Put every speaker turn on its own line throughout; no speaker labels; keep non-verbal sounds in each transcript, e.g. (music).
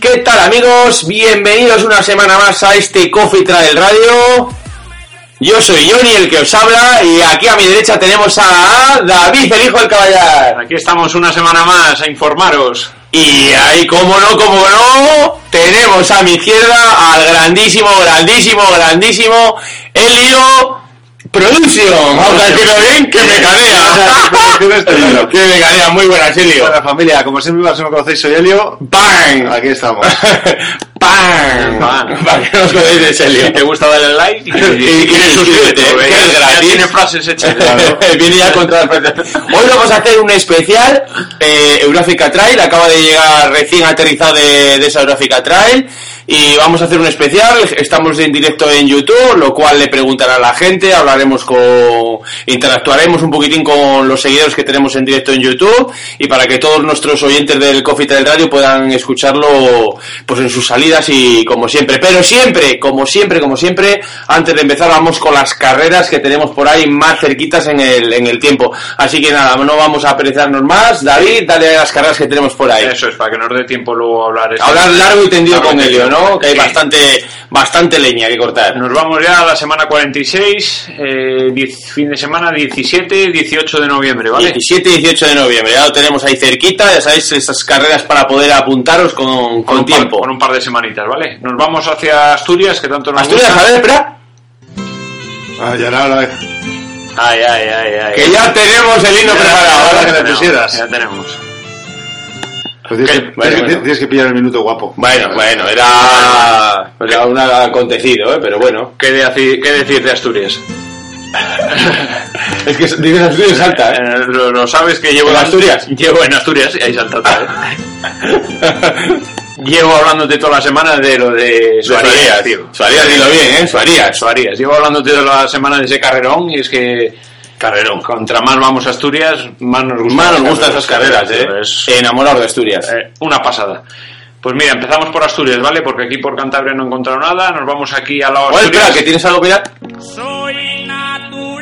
¿Qué tal amigos? Bienvenidos una semana más a este Coffee Trail Radio. Yo soy Johnny, el que os habla, y aquí a mi derecha tenemos a David, el hijo del caballar.
Aquí estamos una semana más a informaros.
Y ahí, como no, como no, tenemos a mi izquierda al grandísimo, grandísimo, grandísimo Elio Production. Vamos a decirlo bien, que me
(laughs)
(laughs)
este
canea. que me canea, muy buenas, Elio.
Hola familia, como siempre, si me conocéis, soy Helio.
¡Bang!
Aquí estamos.
¡Pam! (laughs)
Pam.
Para que nos conocéis de
Ah, Si
Selio.
te gusta dale like y,
(laughs) y- y-
suscríbete.
que
ya-
es
ya
gratis.
Tiene frases hechas.
(laughs)
(laughs)
Viene ya con todas las partes. Hoy vamos a hacer un especial eh, Euráfica Trail. Acaba de llegar recién aterrizado de, de esa Euráfica Trail. Y vamos a hacer un especial. Estamos en directo en YouTube, lo cual le preguntará a la gente. Hablaremos con. Interactuaremos un poquitín con los seguidores que tenemos en directo en YouTube. Y para que todos nuestros oyentes del Coffee del Radio puedan escucharlo pues en sus salidas y como siempre. Pero siempre, como siempre, como siempre, antes de empezar vamos con las carreras que tenemos por ahí más cerquitas en el, en el tiempo. Así que nada, no vamos a apreciarnos más. David, dale a las carreras que tenemos por ahí.
Eso es, para que nos dé tiempo luego a hablar. esto.
Hablar largo y tendido
Hablar
con
tendido.
Helio, ¿no? Que hay
Sí.
bastante, bastante leña que cortar.
Nos vamos ya a la semana 46, eh, diez- fin de semana 17, 18 de noviembre, ¿vale?
17 y 18 de noviembre, ya lo tenemos ahí cerquita, ya sabéis, esas carreras para poder apuntaros con, con
un par-
tiempo.
con un par de semanitas, ¿vale? Nos vamos hacia Asturias, que tanto nos
Asturias,
gusta.
a ver, espera.
Ah, ya no, ahora-
Ay, ay, ay, ay.
Que ya tenemos el himno
Ya
preparado,
tenemos,
ahora
ya
que lo
tenemos,
pusieras.
Ya tenemos.
pues tienes,
Ok, bueno,
que, tienes que-
bueno.
tienes que pillar el minuto guapo.
Bueno, bueno, era, era un acontecido, ¿eh? pero bueno. (laughs)
¿Qué, deci- ¿Qué decir de Asturias?
Es que dices Asturias salta, ¿eh?
Eh, lo, lo sabes que llevo
¿En
en
Asturias?
Asturias. Llevo en Asturias y ahí salta. (laughs) llevo hablándote toda la semana de lo de
Suarías,
Suarías, tío.
Suarías, dilo bien, ¿eh? Suarías.
Suarías. Llevo hablándote toda la semana de ese carrerón y es que. Carrerón. Contra más vamos a Asturias, más nos gustan,
Más
las
nos gustan esas
carreras,
carreras, ¿eh?
tío. Es
Enamorados de Asturias.
eh, una pasada. Pues mira, empezamos por Asturias, ¿vale? Porque aquí por Cantabria no he encontrado nada. Nos vamos aquí a la
Bueno,
Asturias.
espera, que tienes algo que dar.
Soy natural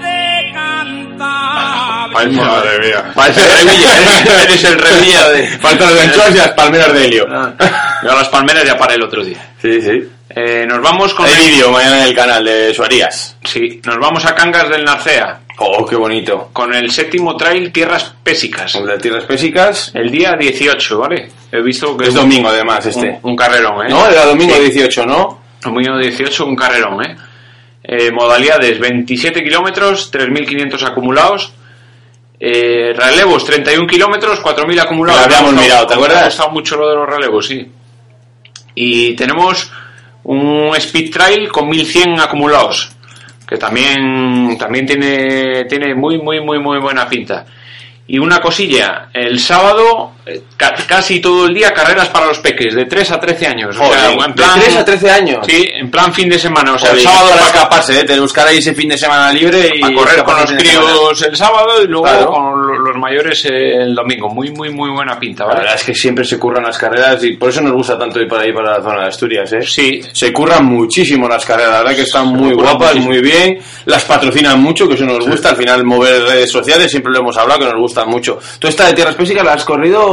de Cantabria.
Parece-
Madre mía.
Parece Revilla, (laughs) ¿eh? eres el Revilla de...
Faltan los ganchos y las palmeras de helio.
(laughs) Yo a las palmeras ya para el otro día.
(laughs) Sí, sí.
Eh, nos vamos con...
Hay vídeo mañana en el canal de Suarías.
Sí, nos vamos a Cangas del Narcea
Oh, qué bonito.
con el séptimo trail Tierras Pésicas.
Son de tierras pésicas.
El día 18, ¿vale? He visto que
Es
un,
domingo, además, este.
un carrerón, ¿eh?
No, era domingo 18, ¿no?
Domingo 18, un carrerón, ¿eh? Eh, modalidades 27 kilómetros, 3.500 acumulados. Eh, relevos 31 kilómetros, 4.000 acumulados.
Lo habíamos
Me ha
mirado, ¿te acuerdas?
Me ha gustado mucho lo de los relevos, sí. Y tenemos un speed trail con 1.100 acumulados, que también, también tiene, tiene muy, muy, muy, muy buena pinta. Y una cosilla, el sábado, eh, ca- casi todo el día, carreras para los peques, de 3 a 13 años. O sea, en plan-
de 3 a 13 años.
Sí, en plan fin de semana, o sea,
el
de-
sábado para escaparse, ¿eh? Te buscar ahí ese fin de semana libre y...
a correr con los
escaparse el fin de semana.
críos el sábado y luego
Claro.
con lo- los mayores eh, el domingo. Muy, muy, muy buena pinta,
La
¿vale?
verdad es que siempre se curran las carreras y por eso nos gusta tanto ir para ahí, para la zona de Asturias, ¿eh?
Sí,
Se curran muchísimo las carreras, la verdad que están muy
curran
guapas,
muchísimo.
muy bien, las patrocinan mucho, que eso nos gusta, al final mover redes sociales, siempre lo hemos hablado, que nos gustan mucho. ¿Tú esta de Tierras Pésicas la has corrido?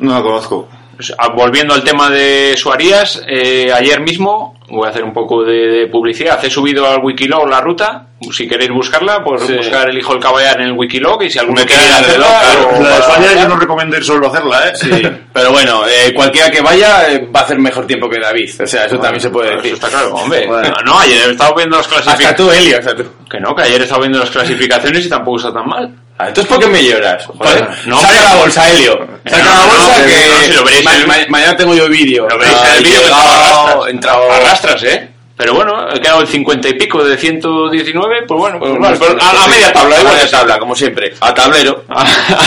No lo conozco.
pues, ah, volviendo al tema de Suarías, eh, ayer mismo, voy a hacer un poco de, de publicidad, he subido al Wikilog la ruta, si queréis buscarla, pues
Sí.
buscar el hijo del caballar en el Wikilog y si alguno
Me
quiere
queda la de
hacerla,
loca,
o-
¿no?
La de
para-
España yo no recomiendo ir solo a hacerla, ¿eh?
Sí, pero bueno, eh, cualquiera que vaya eh, va a hacer mejor tiempo que David, o sea, eso también se puede
Eso
decir.
está claro, hombre.
Bueno.
No, ayer he estado viendo las
Hasta
clasificaciones.
tú, Helio, hasta tú.
Que no, que ayer he estado viendo las clasificaciones y tampoco está tan mal.
Ah, Entonces, ¿por qué me lloras? Joder,
no,
saca
pero-
la bolsa, Helio. Saca
no,
la
no,
bolsa
no,
que
no, si lo veréis
ma-
en-
ma- mañana tengo yo vídeo.
Lo veréis
Ah,
en el vídeo,
he
que te
llegado,
arrastras.
he entrado...
Arrastras, ¿eh? Pero bueno, he quedado el 50 y pico de 119, pues bueno, pues
Pues
vale,
más-
pero a, a media tabla,
a
igual.
media tabla, como siempre. A tablero.
(laughs)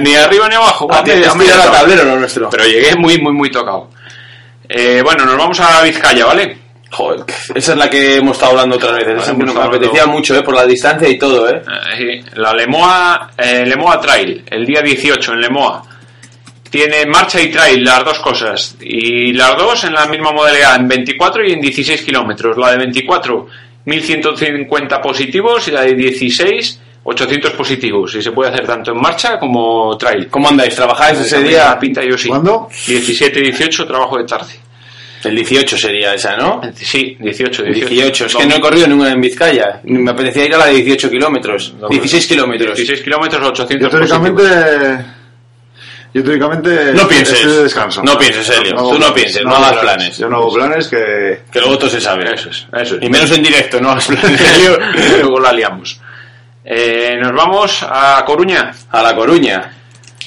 ni arriba ni abajo, a,
A,
media, a media
a
tabla.
tablero lo nuestro.
Pero llegué muy, muy, muy tocado. Eh, bueno, nos vamos a Vizcaya, ¿vale?
Joder, esa es la que hemos estado hablando otras veces. Esa
Hemos
nos
estado
apetecía
hablando.
mucho, ¿eh? Por la distancia y todo, ¿eh?
Eh, sí, La Lemoa, eh, Lemoa Trail, el día 18 en Lemoa. Tiene marcha y trail, las dos cosas. Y las dos en la misma modalidad, en 24 y en 16 kilómetros. La de 24, 1150 positivos y la de 16, 800 positivos y se puede hacer tanto en marcha como trail.
¿Cómo andáis? ¿Trabajáis ese
También
día?
la pinta yo sí.
¿Cuándo?
17 18 trabajo de tarde.
El 18 sería esa, ¿no?
Sí, 18, 18.
18, es que no he corrido ninguna en Vizcaya. Me apetecía ir a la de 18 kilómetros. 16 kilómetros.
16 kilómetros,
Yo
800
teóricamente.
positivos.
Yo teóricamente.
No pienses.
estoy de descanso.
No pienses, Elio. Tú no
hago
pienses, no
hago
hagas planes.
Yo no hago planes que.
Que luego todo se sabe.
Eso es, eso es.
Y menos en directo,
(laughs)
¿no? (laughs)
Luego la liamos. Eh, nos vamos a Coruña.
a La Coruña.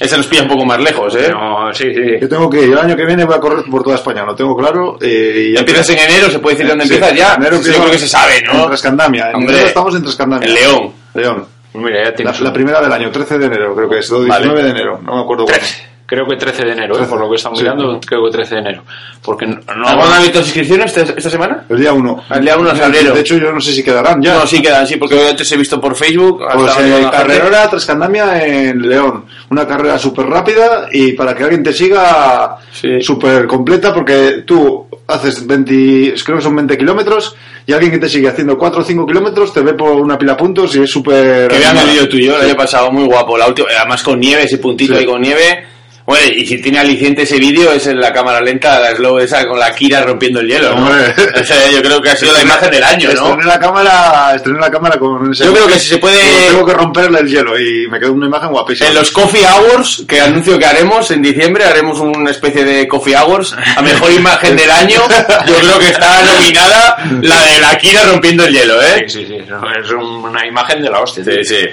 Esa nos pilla un poco más lejos, ¿eh?
No, sí, sí.
Yo tengo que ir. El año que viene voy a correr por toda España, lo tengo claro. eh, y
Ya empiezas en enero, se puede decir dónde empiezas ya.
Enero
Sí, yo
empiezo
creo que se sabe,
En
¿no?
Trascandamia. En
Hombre.
enero estamos en Trascandamia.
En León.
León.
Mira, ya
La,
tienes
la
un-
primera del año, 13 de enero, creo que es. o 19 de enero, no me acuerdo cuándo.
13. Creo que 13 de enero, eh, por lo que estamos
Sí.
mirando, creo que 13 de enero. Porque no, no-
¿Has mandado tus inscripciones esta, esta semana?
El día 1.
Ah, El día 1 de febrero.
De hecho, yo no sé si quedarán ya.
No, sí quedan, sí, porque antes he visto por Facebook.
Pues
hasta
eh,
la carrera.
carrera Trascandamia en León. Una carrera súper rápida y para que alguien te siga
Sí.
súper completa porque tú haces 20, creo que son 20 kilómetros y alguien que te sigue haciendo 4 o 5 kilómetros te ve por una pila a puntos y es súper...
Que vean el
animado.
vídeo tuyo, lo he pasado muy guapo. La última- además con nieve, ese puntito
Sí.
ahí con nieve. Bueno, y si tiene aliciente ese vídeo es en la cámara lenta, la slow esa con la Kira rompiendo el hielo, ¿no?
Hombre.
Esa yo creo que ha sido la imagen del año, ¿no?
Estrené la cámara, estrené la cámara con ese-
Yo creo que si se puede-
Tengo que romperle el hielo y me quedó una imagen guapísima.
En los coffee hours, que anuncio que haremos en diciembre, haremos una especie de coffee hours a mejor imagen del año. Yo creo que está nominada la de la Kira rompiendo el hielo, ¿eh?
Sí, sí, sí, no, es un- una imagen de la hostia. tío.
sí.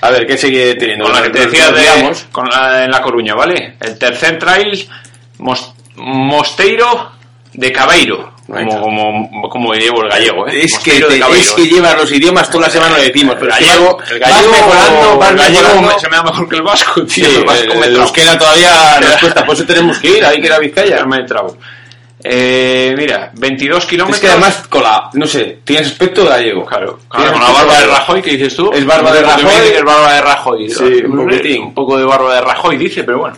A ver, ¿qué sigue teniendo?
Con la que te
Nos-
decía
nos
de-
liamos.
con la, en La Coruña, ¿vale? El tercer trail, Mos- Mosteiro de Cabeiro.
Ahí
Como,
está.
como, como llevo el gallego, ¿eh?
Es que,
Mosteiro de
te-
Cabeiro.
es que llevas los idiomas toda la semana lo decimos, pero
el
es que
gallego,
vas-
el gallego,
vas mejorando, vas
el gallego
mejorando.
me- se me da mejor que el vasco,
Sí, eh,
tío. el vasco
el-
me
nos
trabo.
queda todavía respuesta, por eso tenemos que ir, hay que ir a Vizcaya.
Ya me trabo. Eh, mira, 22 kilómetros.
Es que además, con la, no sé, tienes aspecto gallego.
Claro, claro,
Tienes
con la
aspecto
barba de
gallego.
Rajoy que dices tú.
Es barba de
Porque me
Rajoy.
dice que Es barba de Rajoy.
Sí, un
Hombre,
poquitín.
Un poco de barba de Rajoy dice, pero bueno.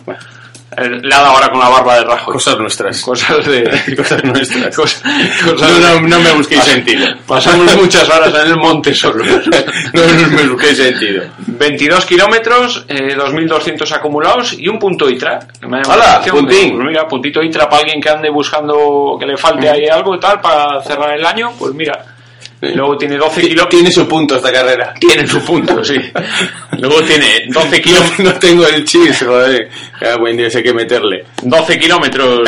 Eh, Le ha dado ahora con la barba de Rajoy.
Cosas nuestras.
Cosas de...
Cosas nuestras.
Cosas, cosas
No, no,
de-
no me busquéis sentido.
Pasamos muchas horas en el monte solo.
No, no me busquéis sentido.
22 kilómetros, eh, 2.200 acumulados y un punto ITRA. Me ha llamado
¡Hala!
la atención.
¡Puntín!
Pues mira, puntito ITRA para alguien que ande buscando que le falte ahí algo y tal para cerrar el año. Pues mira, luego tiene 12 kilómetros.
Tiene su punto esta carrera.
Tiene su punto, (laughs) sí. Luego tiene 12
Yo
kilómetros.
no tengo el chis, joder. Cada buen día sé que meterle.
12 kilómetros.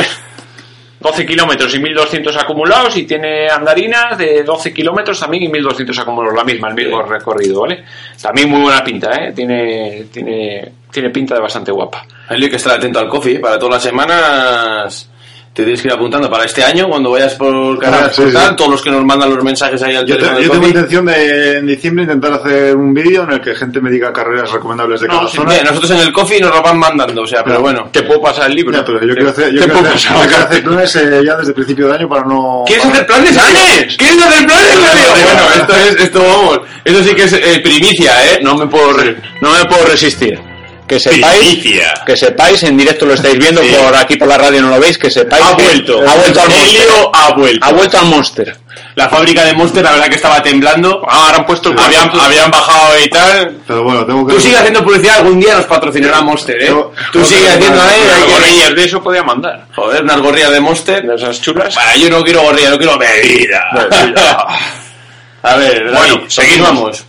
12 kilómetros y 1200 acumulados y tiene andarinas de 12 kilómetros también y 1200 acumulados, la misma, el mismo recorrido, ¿vale? También muy buena pinta, ¿eh? Tiene, tiene, tiene pinta de bastante guapa.
Hay que estar atento al coffee. ¿eh? Para todas las semanas te tienes que ir apuntando. Para este año, cuando vayas por carreras,
Ah, sí,
por tal,
sí.
todos los que nos mandan los mensajes ahí al
Yo, te-
teléfono del
yo tengo
coffee.
intención de en diciembre intentar hacer un vídeo en el que gente me diga carreras recomendables de
No,
cada
sí,
zona.
Mira, nosotros en el coffee nos lo van mandando, o sea, pero bueno.
Te puedo pasar el libro.
Ya, pero yo
Te-
quiero hacer, yo
te
quiero
puedo
hacer-
pasar la
yo quiero
carta.
hacer planes eh, ya desde principio de año para no...
¿Quieres hacer planes, Alex? ¿Quieres hacer planes, Mario? Bueno, esto es, esto vamos, esto sí que es eh, primicia, ¿eh? No me puedo, re-
No me puedo resistir. Que sepáis,
Primicia.
que sepáis, en directo lo estáis viendo,
Sí.
por aquí por la radio no lo veis, que sepáis.
Ha
que
vuelto.
Ha vuelto al Monster.
Helio ha vuelto.
Ha vuelto al Monster.
La fábrica de Monster, la verdad que estaba temblando.
Ah, Ahora han puesto el
Habían, habían bajado y tal.
Pero bueno, tengo que...
Tú sigues haciendo publicidad, algún día nos patrocinará Monster, ¿eh?
Yo-
Tú
yo
sigues
creo que
haciendo
no,
ahí,
pero
hay que-
gorrillas de eso podía mandar.
Joder, unas gorrillas de Monster.
De esas chulas.
Para, yo no quiero gorrilla, yo quiero bebida.
Bebida.
(laughs) A ver,
Bueno,
Dani,
seguimos.
continuamos.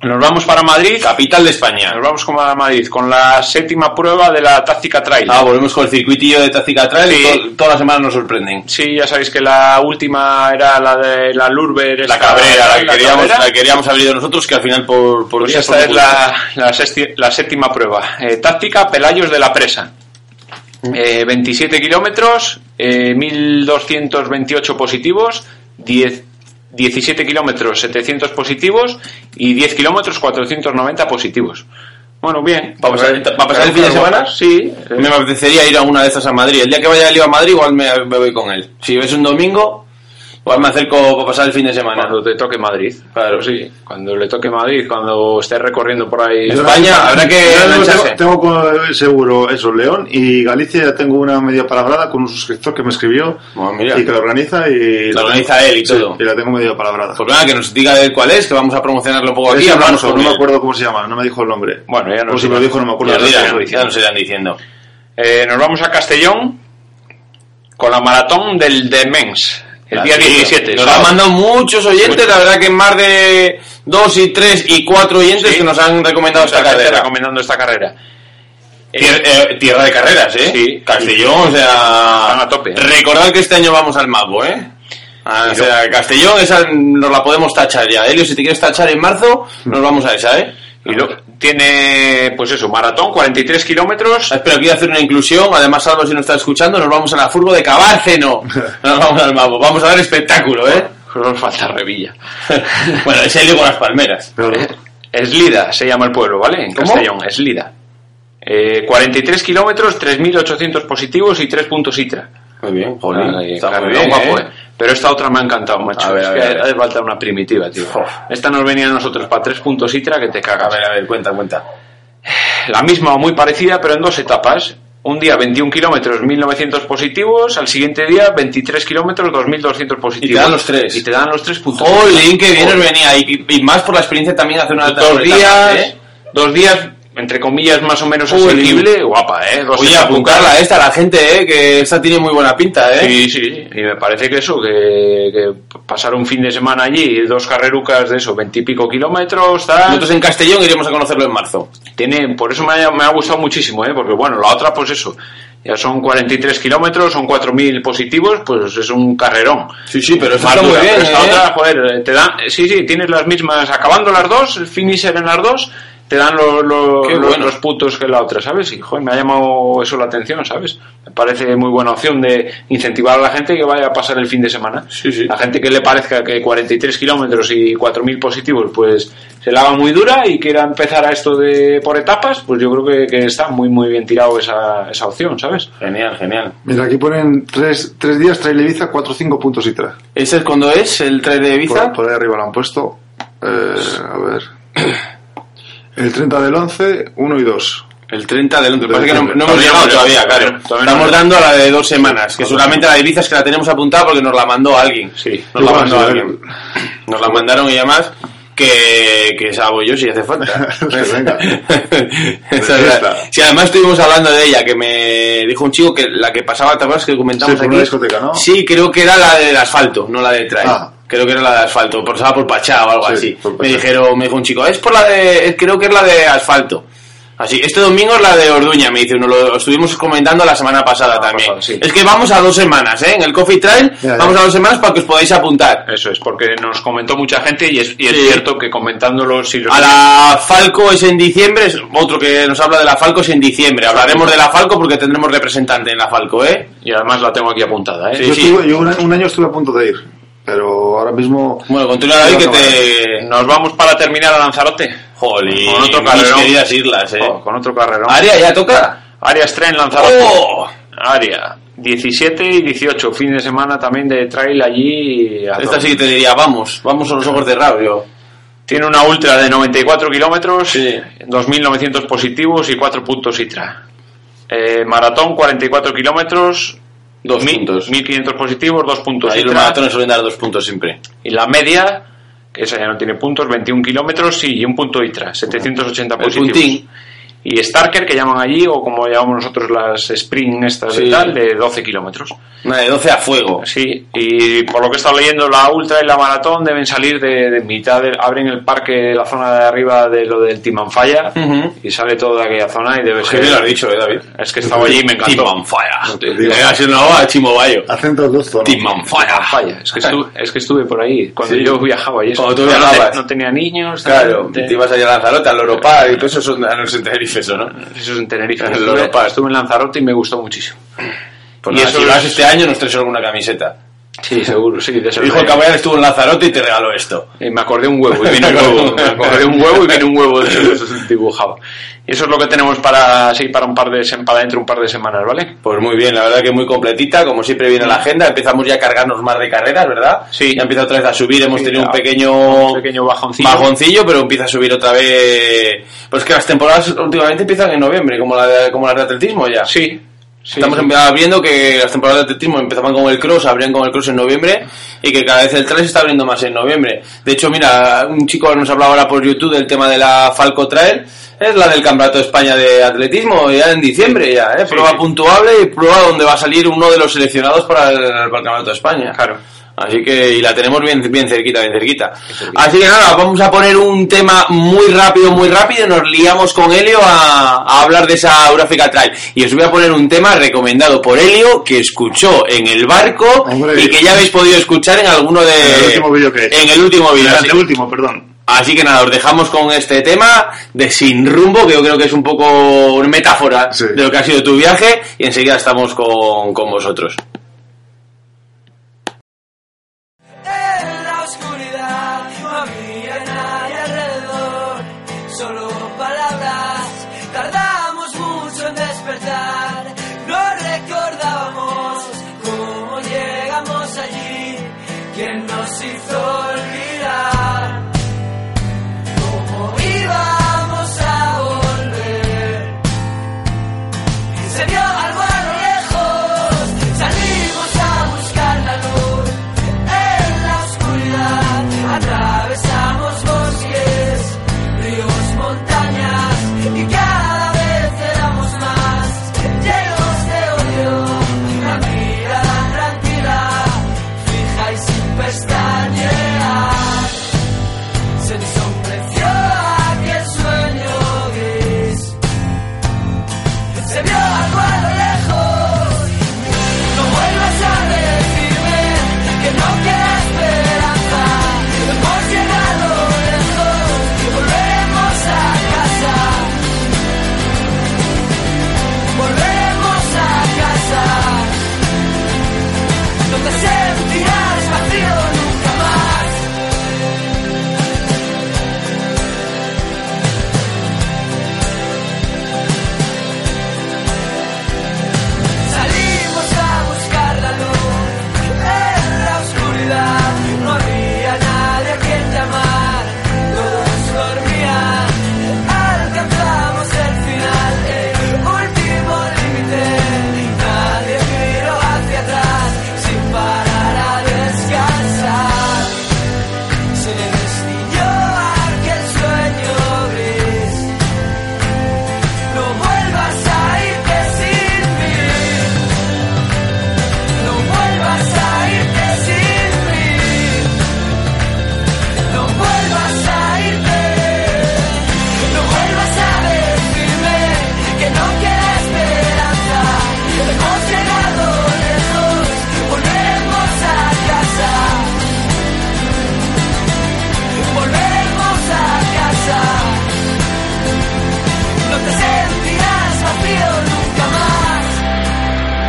Nos vamos para Madrid.
Capital de España.
Nos vamos como a Madrid con la séptima prueba de la táctica trail.
Ah, volvemos con el circuitillo de Táctica Trail.
Sí.
to- todas las semanas nos sorprenden.
Sí, ya sabéis que la última era la de la Lurber.
La
esta-
cabrera, la que queríamos,
Cabrera.
la que queríamos haber ido nosotros, que al final por... por
Pues
vías
esta es
por-
la, la sexti- la séptima prueba. Eh, táctica Pelayos de la Presa.
Mm.
Eh, 27 kilómetros, eh, 1.228 positivos, 10 17 kilómetros, 700 positivos y 10 kilómetros, 490 positivos. Bueno, bien.
¿Va a pasar- va a pasar el fin de semana?
Sí. eh,
Me apetecería ir a una de esas a Madrid. El día que vaya Leo a Madrid, igual me, me voy con él. Si es un domingo, Pues me acerco para pasar el fin de semana.
Cuando te toque Madrid.
Claro.
sí. Cuando le toque Madrid, cuando estés recorriendo por ahí.
Yo- España, habrá que eh.
Yo tengo-
engancharse.
tengo, co- seguro eso, León y Galicia. ya Tengo una media palabrada con un suscriptor que me escribió
Bueno, mira.
y que lo organiza y
Lo organiza él y
Sí,
todo.
y la tengo media palabrada.
Pues venga, que nos diga él cuál es, que vamos a promocionarlo poco
Ese
aquí. Hablamos
famoso,
con
no me
él.
acuerdo cómo se llama, no me dijo el nombre.
Bueno, ya no
O si
sé.
me lo dijo, no me acuerdo.
Ya, dirán,
Pero-
ya nos irán diciendo.
Eh, nos vamos a Castellón con la maratón del Demens. El
Claro,
día
sí,
17.
Nos lo han
sábado.
mandado muchos oyentes, la verdad que más de dos y tres y cuatro oyentes
Sí.
que nos han recomendado
Mucha
esta
gente
carrera.
recomendando esta carrera.
Tier- eh, tierra de carreras, ¿eh?
Sí.
Castellón, o sea...
Están a tope. ¿eh?
Recordad que este año vamos al mago, ¿eh? Ah, o sea, Castellón, esa nos la podemos tachar ya. Elio, si te quieres tachar en marzo, nos vamos a esa, ¿eh?
Y lo, tiene, pues eso, maratón, 43 kilómetros.
Espero Ah, quiero hacer una inclusión. Además, Salvo, si nos está escuchando, nos vamos a la furgo de
(laughs)
Cabárceno. Nos vamos al mago. Vamos a ver espectáculo, ¿eh? (laughs)
Nos falta Revilla.
bueno, es Elio con las palmeras.
pero-
Eslida se llama el pueblo, ¿vale? En
¿Cómo?
Castellón, Eslida. Eh, 43 kilómetros, 3.800 positivos y 3 puntos ITRA.
Muy bien,
Ah, ahí,
Está muy
carrerón,
bien,
guapo,
¿eh?
eh. Pero esta otra me ha encantado, macho.
A ver,
es
a
que
ver, a
hace
ver.
falta una primitiva, tío.
Uf.
Esta nos venía a nosotros para 3 puntos ITRA que te
A
cagas.
ver, a ver, cuenta, cuenta.
La misma o muy parecida, pero en dos etapas. Un día 21 kilómetros, 1900 positivos. Al siguiente día 23 kilómetros, 2200 positivos.
dan los tres.
Y te dan los tres puntos.
Jolín, que bien os venía. Y, y más por la experiencia también de hacer una
Dos
etapa,
días,
¿eh?
dos días, entre comillas, más o menos
Jolín.
asequible. Guapa, ¿eh? Dos
Pues Oye,
etapas.
apuntarla esta, la gente, ¿eh? Que esta tiene muy buena pinta, ¿eh?
Sí, sí, y me parece que eso, que, que pasar un fin de semana allí, dos carrerucas de eso, veintipico kilómetros, tal.
Nosotros en Castellón iremos a conocerlo en marzo.
Tiene, por eso me ha, me ha gustado muchísimo, ¿eh? porque bueno, la otra, pues eso, ya son 43 kilómetros, son 4.000 positivos, pues es un carrerón.
Sí, sí, pero
Más
está muy
dura,
bien,
pero esta
¿eh?
otra, joder, te dan, sí, sí, tienes las mismas, acabando las dos, el finisher en las dos, te dan lo- lo-
Qué
los,
bueno.
los puntos que la otra, ¿sabes? Y joder, me ha llamado eso la atención, ¿sabes? Me parece muy buena opción de incentivar a la gente que vaya a pasar el fin de semana.
Sí, sí.
La gente que le parezca que 43 kilómetros y 4.000 positivos, pues se la va muy dura y quiera empezar a esto de por etapas, pues yo creo que, que está muy, muy bien tirado esa, esa opción, ¿sabes?
Genial, genial.
Mira, aquí ponen tres, tres días, trail Ibiza, cuatro, cinco puntos y tres.
¿Ese es cuando es el 3 de Ibiza?
Por, por ahí arriba lo han puesto. Eh,
Pues
a ver. (clears throat) El 30 del 11, 1 y 2.
El 30 de Londres. Parece que no, no hemos
Todavía
llegado
no,
todavía,
todavía
claro.
no, todavía no.
Estamos dando a la de dos semanas, que solamente la de Ibiza es que la tenemos apuntada porque nos la mandó alguien.
Sí.
nos la
Igual,
mandó
sí,
alguien. Nos la mandaron y además que, que salgo yo si hace
(laughs)
falta. (laughs)
Pues Venga.
Esa es
fiesta.
la- Sí, además estuvimos hablando de ella, que me dijo un chico que la que pasaba, ¿te acuerdas que comentamos
Sí, por
aquí?
una discoteca, ¿no?
Sí, creo que era la del asfalto, no la de trail.
Ah.
Creo que era la de asfalto, pasaba por Pachá o algo
Sí,
así.
por Pachá.
Me dijeron, me dijo un chico, es por la de, creo que es la de asfalto. Así, este domingo es la de Orduña, me dice uno, lo estuvimos comentando la semana pasada también.
pasada, Ah, sí.
Es que vamos a dos semanas, ¿eh? En el Coffee Trail,
Ya, ya.
vamos a dos semanas para que os podáis apuntar.
Eso es, porque nos comentó mucha gente y es, y es
Sí.
cierto que comentándolo, si los
A la Falco es en diciembre, es otro que nos habla de la Falco es en diciembre. Hablaremos de la Falco porque tendremos representante en la Falco, ¿eh?
Y además la tengo aquí apuntada, ¿eh?
Sí,
yo
sí.
estuve- yo un, un año estuve a punto de ir, pero ahora mismo.
Bueno, continúa David que
No, no,
te...
Nos vamos para terminar a Lanzarote.
Jolín,
Con otro
mis
carrerón.
queridas islas, ¿eh?
Oh, Ah, con otro carrerón.
Aria, ¿ya toca?
Arias 3 en Lanzarote.
¡Oh!
Área 17 y 18. Fin de semana también de trail allí. a
Esta
tope.
sí que te diría, vamos, vamos a los ojos de rabio.
Tiene una ultra de 94 kilómetros,
Sí.
2.900 positivos y 4 puntos ITRA. Eh, maratón 44 kilómetros.
Dos
mil-
puntos.
1.500 positivos, 2 puntos
Ahí los
ITRA.
maratones suelen dar dos puntos siempre.
Y la media, que esa ya no tiene puntos, 21 kilómetros y un punto ITRA, 780
El
positivos.
puntín.
Y Starker, que llaman allí, o como llamamos nosotros las sprint estas
Sí.
de tal, de 12 kilómetros.
Una de 12 a fuego.
Sí, y por lo que he estado leyendo, la ultra y la maratón deben salir de, de mitad, del- abren el parque de la zona de arriba de lo del Timanfaya
Ujú.
y sale toda aquella zona y debe
Qué
ser...
bien lo has dicho, ¿eh, David?
Es que estaba allí y me
Team
encantó.
on fire.
te digo.
Le ha sido una boba a Chimo Bayo.
Acento al doctor.
Team on
Timanfaya,
fire.
es
(laughs)
que, estuve, es que estuve por ahí cuando
Sí.
yo viajaba y eso.
Cuando tú
No te-
viajabas.
No, tenía niños.
Claro,
te-
te ibas allá a Lanzarote, al Oropá y todo eso son, ah, no sé, Tenerife, eso, ¿no?
Eso es en
(laughs)
Tenerife.
El
Estuve,
Loro Paz.
estuve en Lanzarote y me gustó muchísimo.
Pues
Y
nada,
eso
si
es-
vas este año nos traes alguna camiseta.
Sí, seguro, sí. De eso
Dijo
me-
el Cabrera estuvo en Lazarote y te regaló esto.
Eh, me acordé un huevo y vino un huevo. Me acordé un huevo y vino un huevo de eso dibujado. Y eso es lo que tenemos para sí, para un par de sem- para dentro un par de semanas, ¿vale?
Pues muy bien, la verdad que muy completita, como siempre viene la agenda, empezamos ya a cargarnos más de carreras, ¿verdad?
Sí.
Ya empieza otra vez a subir, hemos
Sí,
tenido un
ya.
pequeño,
Un pequeño bajoncillo.
bajoncillo, pero empieza a subir otra vez. Pues que las temporadas últimamente empiezan en noviembre, como la de, como las de atletismo ya.
Sí. sí,
Estamos
sí.
empe- viendo que las temporadas de atletismo empezaban con el cross, abrían con el cross en noviembre y que cada vez el trail se está abriendo más en noviembre. De hecho, mira, un chico nos hablaba ahora por YouTube del tema de la Falco Trail, es la del Campeonato de España de Atletismo, ya en diciembre ya, ¿eh?
Sí,
prueba
sí.
puntuable y prueba donde va a salir uno de los seleccionados para el, para el Campeonato de España.
Claro.
Así que y la tenemos bien, bien cerquita, bien cerquita. Así que nada, vamos a poner un tema muy rápido, muy rápido. y Nos liamos con Helio a, a hablar de esa Euráfica Trail. Y os voy a poner un tema recomendado por Helio que escuchó en el barco
Hombre.
y que ya habéis podido escuchar en alguno de.
En el último vídeo que he hecho.
En el último vídeo.
El
Así,
anteúltimo, perdón.
así que nada, os dejamos con este tema de Sin Rumbo, que yo creo que es un poco una metáfora
Sí.
de lo que ha sido tu viaje. Y enseguida estamos con, con vosotros.
En la oscuridad no había nadie alrededor, solo palabras. Tardamos mucho en despertar, no recordábamos cómo llegamos allí, quién nos hizo olvidar, cómo íbamos a volver. Se vio algo a lo lejos, salimos a buscar la luz. En la oscuridad atravesamos bosques, ríos, montañas y cada vez éramos más. Llenos de odio, la mirada tranquila, fija y sin pestañear. Se ensombreció aquel sueño gris se vio algo a lo lejos. No vuelvas a decirme que no queda esperanza. Hemos llegado lejos, volvemos a casa. Volvemos a casa. No te sentirás vacío nunca más. Salimos a buscar la luz en la oscuridad. No había nadie a quien llamar. Todos dormían. Alcanzamos el final, el último límite. Nadie miró hacia atrás sin parar a descansar. Se destilló aquel sueño gris. No vuelvas a irte sin mí. No vuelvas a irte sin mí. No vuelvas a irte. No vuelvas a decirme que no queda esperanza. Hemos llegado lejos, volvemos a casa. Volvemos a casa. No te sentirás vacío nunca más.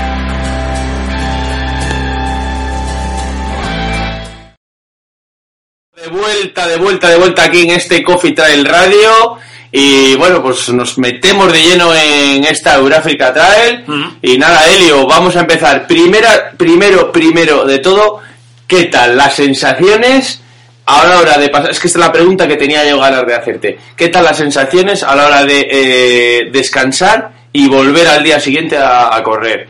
De vuelta, de vuelta, de vuelta aquí en este Coffee Trail Radio. Y bueno, pues nos metemos de lleno en esta Euráfrica Trail. Y nada, Helio, vamos a empezar. Primera, primero, primero de todo, ¿qué tal? Las sensaciones a la hora de pasar. Es que esta es la pregunta que tenía yo ganas de hacerte. ¿Qué tal las sensaciones a la hora de eh, descansar y volver al día siguiente a, a correr?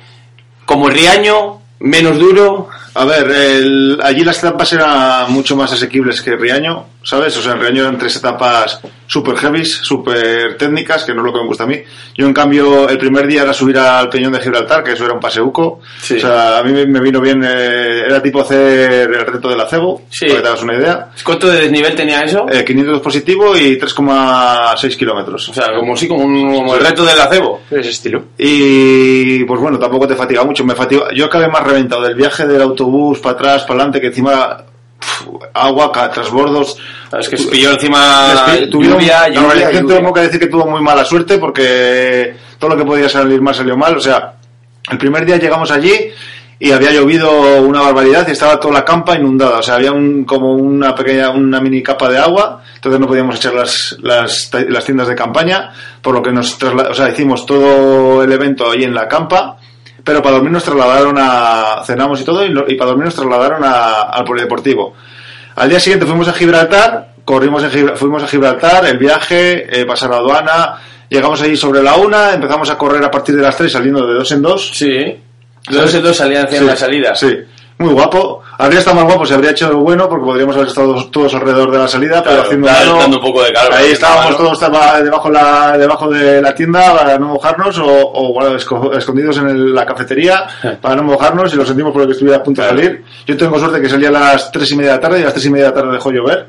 Como Riaño, menos duro.
A ver, el- allí las etapas eran mucho más asequibles que Riaño, ¿sabes? O sea, en Riaño eran tres etapas super heavies, super técnicas, que no es lo que me gusta a mí. Yo, en cambio, el primer día era subir al Peñón de Gibraltar, que eso era un paseuco.
Sí.
O sea, a mí me- me vino bien, eh, era tipo hacer el reto del acebo,
Sí.
para que te hagas una idea.
¿Cuánto de desnivel tenía eso?
Eh, 500 positivo y 3,6 kilómetros.
O sea, como sí, como, un- como el reto del acebo.
De ese estilo.
Y pues bueno, tampoco te fatiga mucho. Me fatiga. Yo acabé más reventado del viaje del autobús para atrás, para adelante, que encima pf, agua, ca- trasbordos.
Es que se pilló encima
Es que tuvieron-
lluvia,
la
lluvia,
organización
lluvia.
tengo que decir que tuvo muy mala suerte porque todo lo que podía salir mal salió mal. O sea, el primer día llegamos allí y había llovido una barbaridad y estaba toda la campa inundada. O sea, había un, como una pequeña, una mini capa de agua, entonces no podíamos echar las, las, ta- las tiendas de campaña, por lo que nos trasla- o sea, hicimos todo el evento ahí en la campa, pero para dormir nos trasladaron a, cenamos y todo, y, lo- y para dormir nos trasladaron a- al polideportivo. Al día siguiente fuimos a Gibraltar, corrimos en Gibra- fuimos a Gibraltar, el viaje, eh, pasar la aduana, llegamos ahí sobre la una, empezamos a correr a partir de las tres, saliendo de dos en dos.
Sí. Dos en dos salían hacia
Sí,
la salida.
Sí, muy guapo. Habría estado más guapo si habría hecho lo bueno, porque podríamos haber estado todos alrededor de la salida,
Claro,
pero haciendo
está
mano-
dando un poco de calor.
Ahí estábamos
Mano.
todos taba- debajo, la, debajo de la tienda para no mojarnos o, o, bueno, esco- escondidos en el- la cafetería para no mojarnos y lo sentimos por lo que estuviera a punto de salir. Yo tengo suerte que salía a las tres y media de la tarde y a las tres y media de la tarde dejó llover.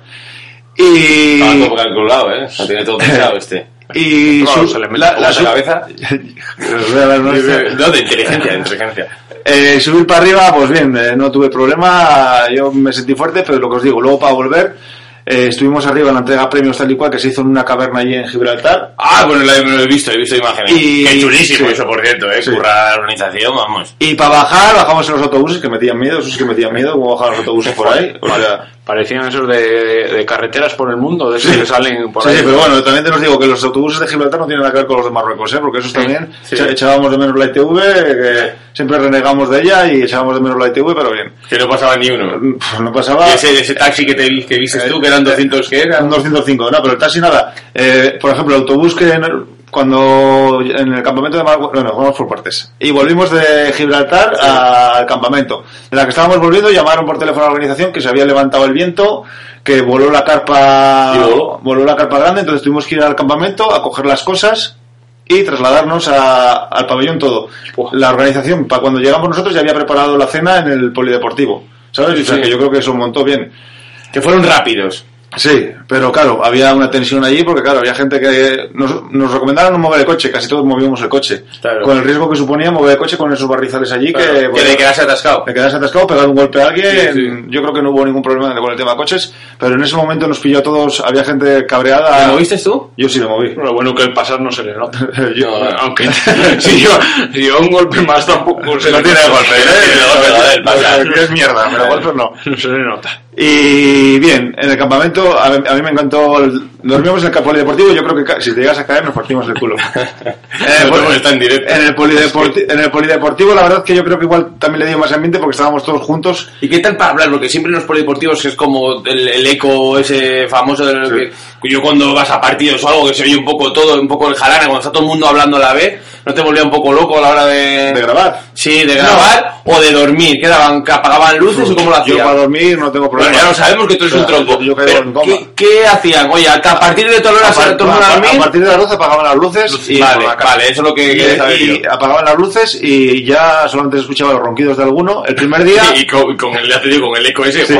Y...
Estaba todo calculado, ¿eh? Lo tiene todo
(laughs)
pensado este.
Y
Claro,
su-
se le mete
la,
un
la
¿La
su-
cabeza?
(laughs) Os voy a dar una-
(laughs) No, de inteligencia, de inteligencia.
Eh, subir para arriba, pues bien, eh, no tuve problema, yo me sentí fuerte, pero lo que os digo, luego para volver, eh, estuvimos arriba en la entrega premios tal y cual que se hizo en una caverna allí en Gibraltar.
Ah, bueno, lo he, lo he visto, he visto imágenes.
Y-
Qué chulísimo
sí.
eso, por cierto, ¿eh?
Sí.
Currar la organización, vamos.
Y para bajar, bajamos en los autobuses que metían miedo, esos que metían miedo, como bajaban los autobuses por ahí. O sea,
Parecían esos de, de- de carreteras por el mundo, de esos que salen por
sí,
ahí.
sí, pero bueno, también te os digo que los autobuses de Gibraltar no tienen nada que ver con los de Marruecos, ¿eh? porque esos también
sí.
echa- echábamos de menos la ITV, que siempre renegamos de ella y echábamos de menos la ITV, pero bien.
Que no pasaba ni uno.
Pff, No pasaba.
Y ese, ese taxi que, te, vi- que viste tú, que
Eh,
eran 200 que
Eran
eran.
205, no, pero el taxi nada. Eh, por ejemplo, el autobús que en- cuando en el campamento de Mar... Bueno, vamos por partes. Y volvimos de Gibraltar al campamento. De la que estábamos volviendo llamaron por teléfono a la organización que se había levantado el viento, que voló la carpa...
¿Y voló?
la carpa grande, entonces tuvimos que ir al campamento a coger las cosas y trasladarnos a- al pabellón todo.
Buah.
La organización, para cuando llegamos nosotros, ya había preparado la cena en el polideportivo. ¿Sabes? o sea,
sí.
que yo creo que eso montó bien.
Que fueron rápidos.
Sí, pero claro, había una tensión allí porque claro, había gente que nos, nos recomendaron no mover el coche, casi todos movíamos el coche.
Claro.
Con el riesgo que suponía mover el coche con esos barrizales allí que,
Que
bueno,
te quedase atascado.
me quedas atascado, pegar un golpe a alguien,
Sí, sí.
yo creo que no hubo ningún problema con el tema de coches, pero en ese momento nos pilló a todos, había gente
¿Te
cabreada.
moviste tú?
Yo sí lo moví.
Lo bueno que el pasar no se le
(laughs)
nota.
Yo-
No,
Aunque (laughs) si yo, si yo un golpe más tampoco se le nota.
Tiene golpe, joder, pasa.
Lo que es mierda, pero golpes no.
No se le nota.
Y bien, en el campamento, a, a mí me encantó. el- dormimos en el campo polideportivo. Yo creo que ca- si te llegas a caer, nos partimos el
(laughs)
culo. Eh,
No,
pues,
no, está en directo.
el polideporti- en el polideportivo, la verdad que yo creo que igual también le dio más ambiente porque estábamos todos juntos.
¿Y qué tal para hablar? Porque siempre en los polideportivos es como el, el eco ese famoso de lo
Sí.
que yo cuando vas a partidos o algo que se oye un poco todo, un poco el jarana, cuando está todo el mundo hablando a la vez, ¿no te volvía un poco loco a la hora de,
De grabar.
Sí, de grabar o de dormir, que daban, que apagaban luces o cómo lo
Yo para
hacían.
dormir no tengo
Bueno,
problema.
ya lo sabemos que tú eres
O sea,
un tronco.
Yo, yo caigo en
Pero,
coma.
¿qué, qué hacían? Oye, a partir de tal hora
A,
se
par-
retornó a
a- a
dormir.
partir de las 12 apagaban las luces
Y vale, vale, eso es lo que quería saber.
y- y
yo.
apagaban las luces y ya solamente se escuchaba los ronquidos de alguno. El primer día
(laughs) Y con, con el, ya te digo, con el eco ese.
Sí.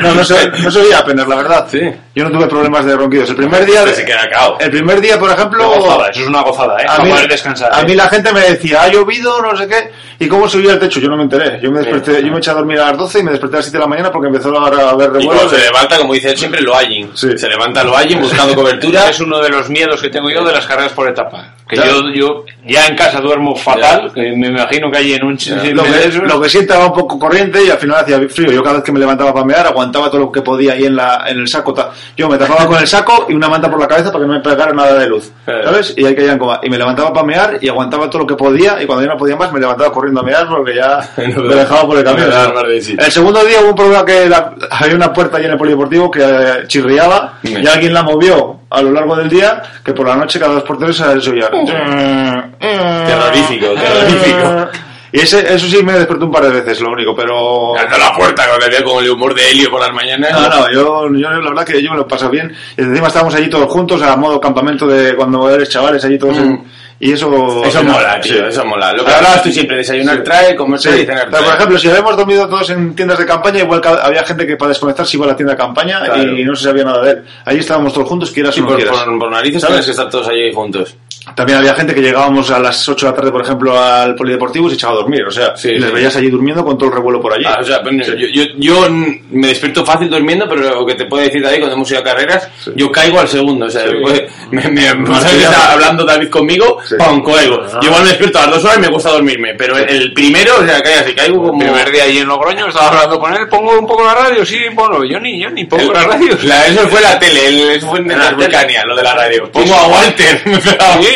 No, no se, no se oía apenas, la verdad.
Sí.
Yo no tuve problemas de ronquidos. El primer día,
Se queda cao.
el primer día por ejemplo,
Gozada, eso es una gozada, ¿eh?
a,
Para
mí,
poder descansar.
a
¿eh?
mí la gente me decía, ha llovido, no sé qué. ¿Y cómo subía el techo? Yo no me enteré. Yo me desperté, yo me eché a dormir a las 12 y me desperté a las 7 de la mañana porque empezó a haber
Y cuando
revuelos.
se levanta, como dice él siempre, lo hallen.
Sí.
Se levanta lo hallen buscando cobertura.
es uno de los miedos que tengo yo de las carreras por etapa. Que
Claro.
yo, yo ya en casa duermo fatal, que me imagino que allí en un
Sí,
chisme
lo,
de
que,
esos-
lo que sí estaba un poco corriente y al final hacía frío. Yo cada vez que me levantaba para mear aguantaba todo lo que podía ahí en, la, en el saco. ta- Yo me tapaba con el saco y una manta por la cabeza para que no me pegara nada de luz.
Claro.
¿Sabes? Y ahí caía en coma. Y me levantaba para mear y aguantaba todo lo que podía y cuando ya no podía más me levantaba corriendo a mear porque ya
(laughs) No,
me dejaba por el camino.
no daba más de sí.
El segundo día hubo un problema que la- había una puerta allí en el polideportivo que eh, chirriaba
Sí.
y alguien la movió a lo largo del día que por la noche cada dos por tres se oía.
Mm. Terrorífico, terrorífico.
Y ese, eso sí me despertó un par de veces, lo único, pero...
Dando la puerta con el, con el humor de Helio por las mañanas.
No, no, yo, yo la verdad que yo me lo paso bien. Y encima estábamos allí todos juntos, a modo campamento de cuando eres chavales, allí todos... en- y eso...
Mm. Eso
no,
mola, Pues tío,
sí.
eso mola. Lo que hablabas tú siempre, desayunar trae, comer
Sí,
trae y
pero
cenar
por
trae.
ejemplo, si habíamos dormido todos en tiendas de campaña, igual que había gente que para desconectar se iba a la tienda de campaña
Claro.
y no se sabía nada de él. Allí estábamos todos juntos, quieras
Sí,
o no
por,
quieras.
por, por narices
¿Sabes?
tienes que estar todos ahí juntos.
También había gente que llegábamos a las 8 de la tarde, por ejemplo, al polideportivo y se echaba a dormir. O sea,
Sí,
y les
sí.
veías allí durmiendo con todo el revuelo por allí.
Ah, o sea, bueno,
Sí.
yo, yo, yo, mm, me despierto fácil durmiendo, pero lo que te puedo decir ahí cuando hemos ido a carreras, yo caigo al segundo. O sea, pues, me, me, pasa que está hablando David conmigo,
Sí.
¡pam! caigo. Yo igual me despierto a las dos horas y me cuesta dormirme, pero el, el primero, o sea, caigo así, caigo como.
El primer día allí en Logroño estaba hablando con él, pongo un poco la radio, sí, bueno, yo ni, yo ni pongo la radio.
La- eso fue la tele, el- eso fue en
la
la
tele.
Vulcania, lo de la radio. Pongo a Walter.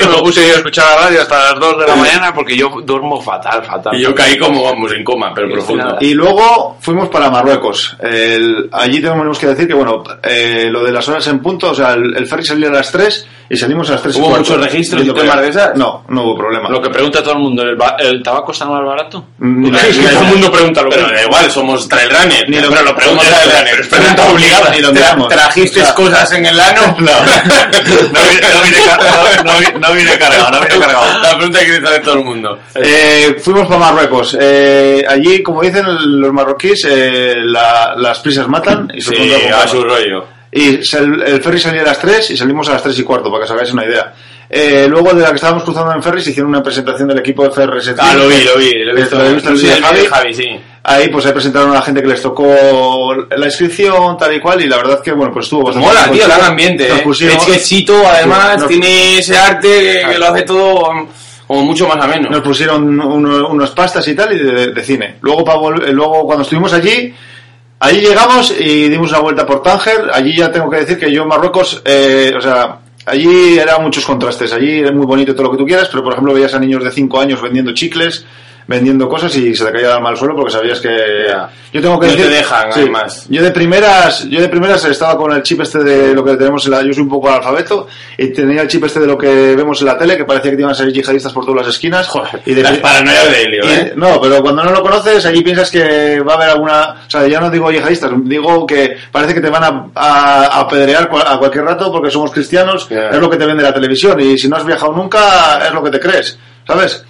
Sí, me puse yo a escuchar la radio hasta las 2 de la mañana porque yo duermo fatal, fatal.
y yo caí como, vamos, en coma, pero profundo.
Y luego fuimos para Marruecos. El- allí tenemos que decir que, bueno, eh, lo de las horas en punto, o sea, el, el ferry salía a las 3 y salimos a las 3 y
¿Hubo
cuarto.
muchos registros
Yendo
y temas
para-
de esas?
No, no hubo problema.
Lo que pregunta todo el mundo, ¿el, ba- el tabaco está más barato?
Ni-
Es que
(laughs) ni-
todo el mundo pregunta lo
Pero
mismo. igual, somos trail runner.
Ni lo-
pero lo pregunta
somos
trail
trail
runner.
runner,
Es pregunta obligada.
Ni lo
Tra-
miramos.
¿Trajiste
O sea,
cosas en el ano? (laughs)
No viene, no viene car- no- no viene- no viene cargado, no viene cargado.
La pregunta que quiere saber todo el mundo.
Eh, fuimos para Marruecos. Eh, allí, como dicen los marroquíes, eh, la- las prisas matan y se
Sí,
encuentra con
a
calma.
su rollo.
Y sal- el ferry salía a las 3 y salimos a las 3 y cuarto, para que os hagáis una idea. Eh, luego de la que estábamos cruzando en ferry, se hicieron una presentación del equipo de FRS.
Ah, lo vi, lo vi. Lo he visto,
Lo he visto en el
Sí,
vídeo
el
de
vídeo de
Javi.
Javi, sí.
Ahí pues ahí presentaron a la gente que les tocó la inscripción, tal y cual, y la verdad que bueno, pues estuvo bastante
Mola, tío,
pues,
el ambiente.
nos
eh.
pusimos-
Es que Chito, además,
Nos-
tiene ese arte que, que lo hace todo mm, como mucho más ameno.
Nos pusieron uno- unos pastas y tal y de, de cine. Luego, pa vol- eh, luego cuando estuvimos allí, allí llegamos y dimos una vuelta por Tánger. Allí ya tengo que decir que yo en Marruecos, eh, o sea, allí eran muchos contrastes. Allí era muy bonito todo lo que tú quieras, pero por ejemplo veías a niños de 5 años vendiendo chicles, vendiendo cosas y se te caía el alma al suelo porque sabías que...
Ya.
Yo tengo que
No te
decir...
dejan, además.
Yo de primeras, yo de primeras estaba con el chip este de lo que tenemos en la, yo soy un poco analfabeto y tenía el chip este de lo que vemos en la tele que parecía que te iban a salir yihadistas por todas las esquinas. y de-
Las paranoias de Helio,
y-
¿eh?
No, pero cuando no lo conoces allí piensas que va a haber alguna, o sea, ya no digo yihadistas, digo que parece que te van a, a- a apedrear cual- a cualquier rato porque somos cristianos,
Ya.
es lo que te vende la televisión y si no has viajado nunca es lo que te crees, ¿sabes?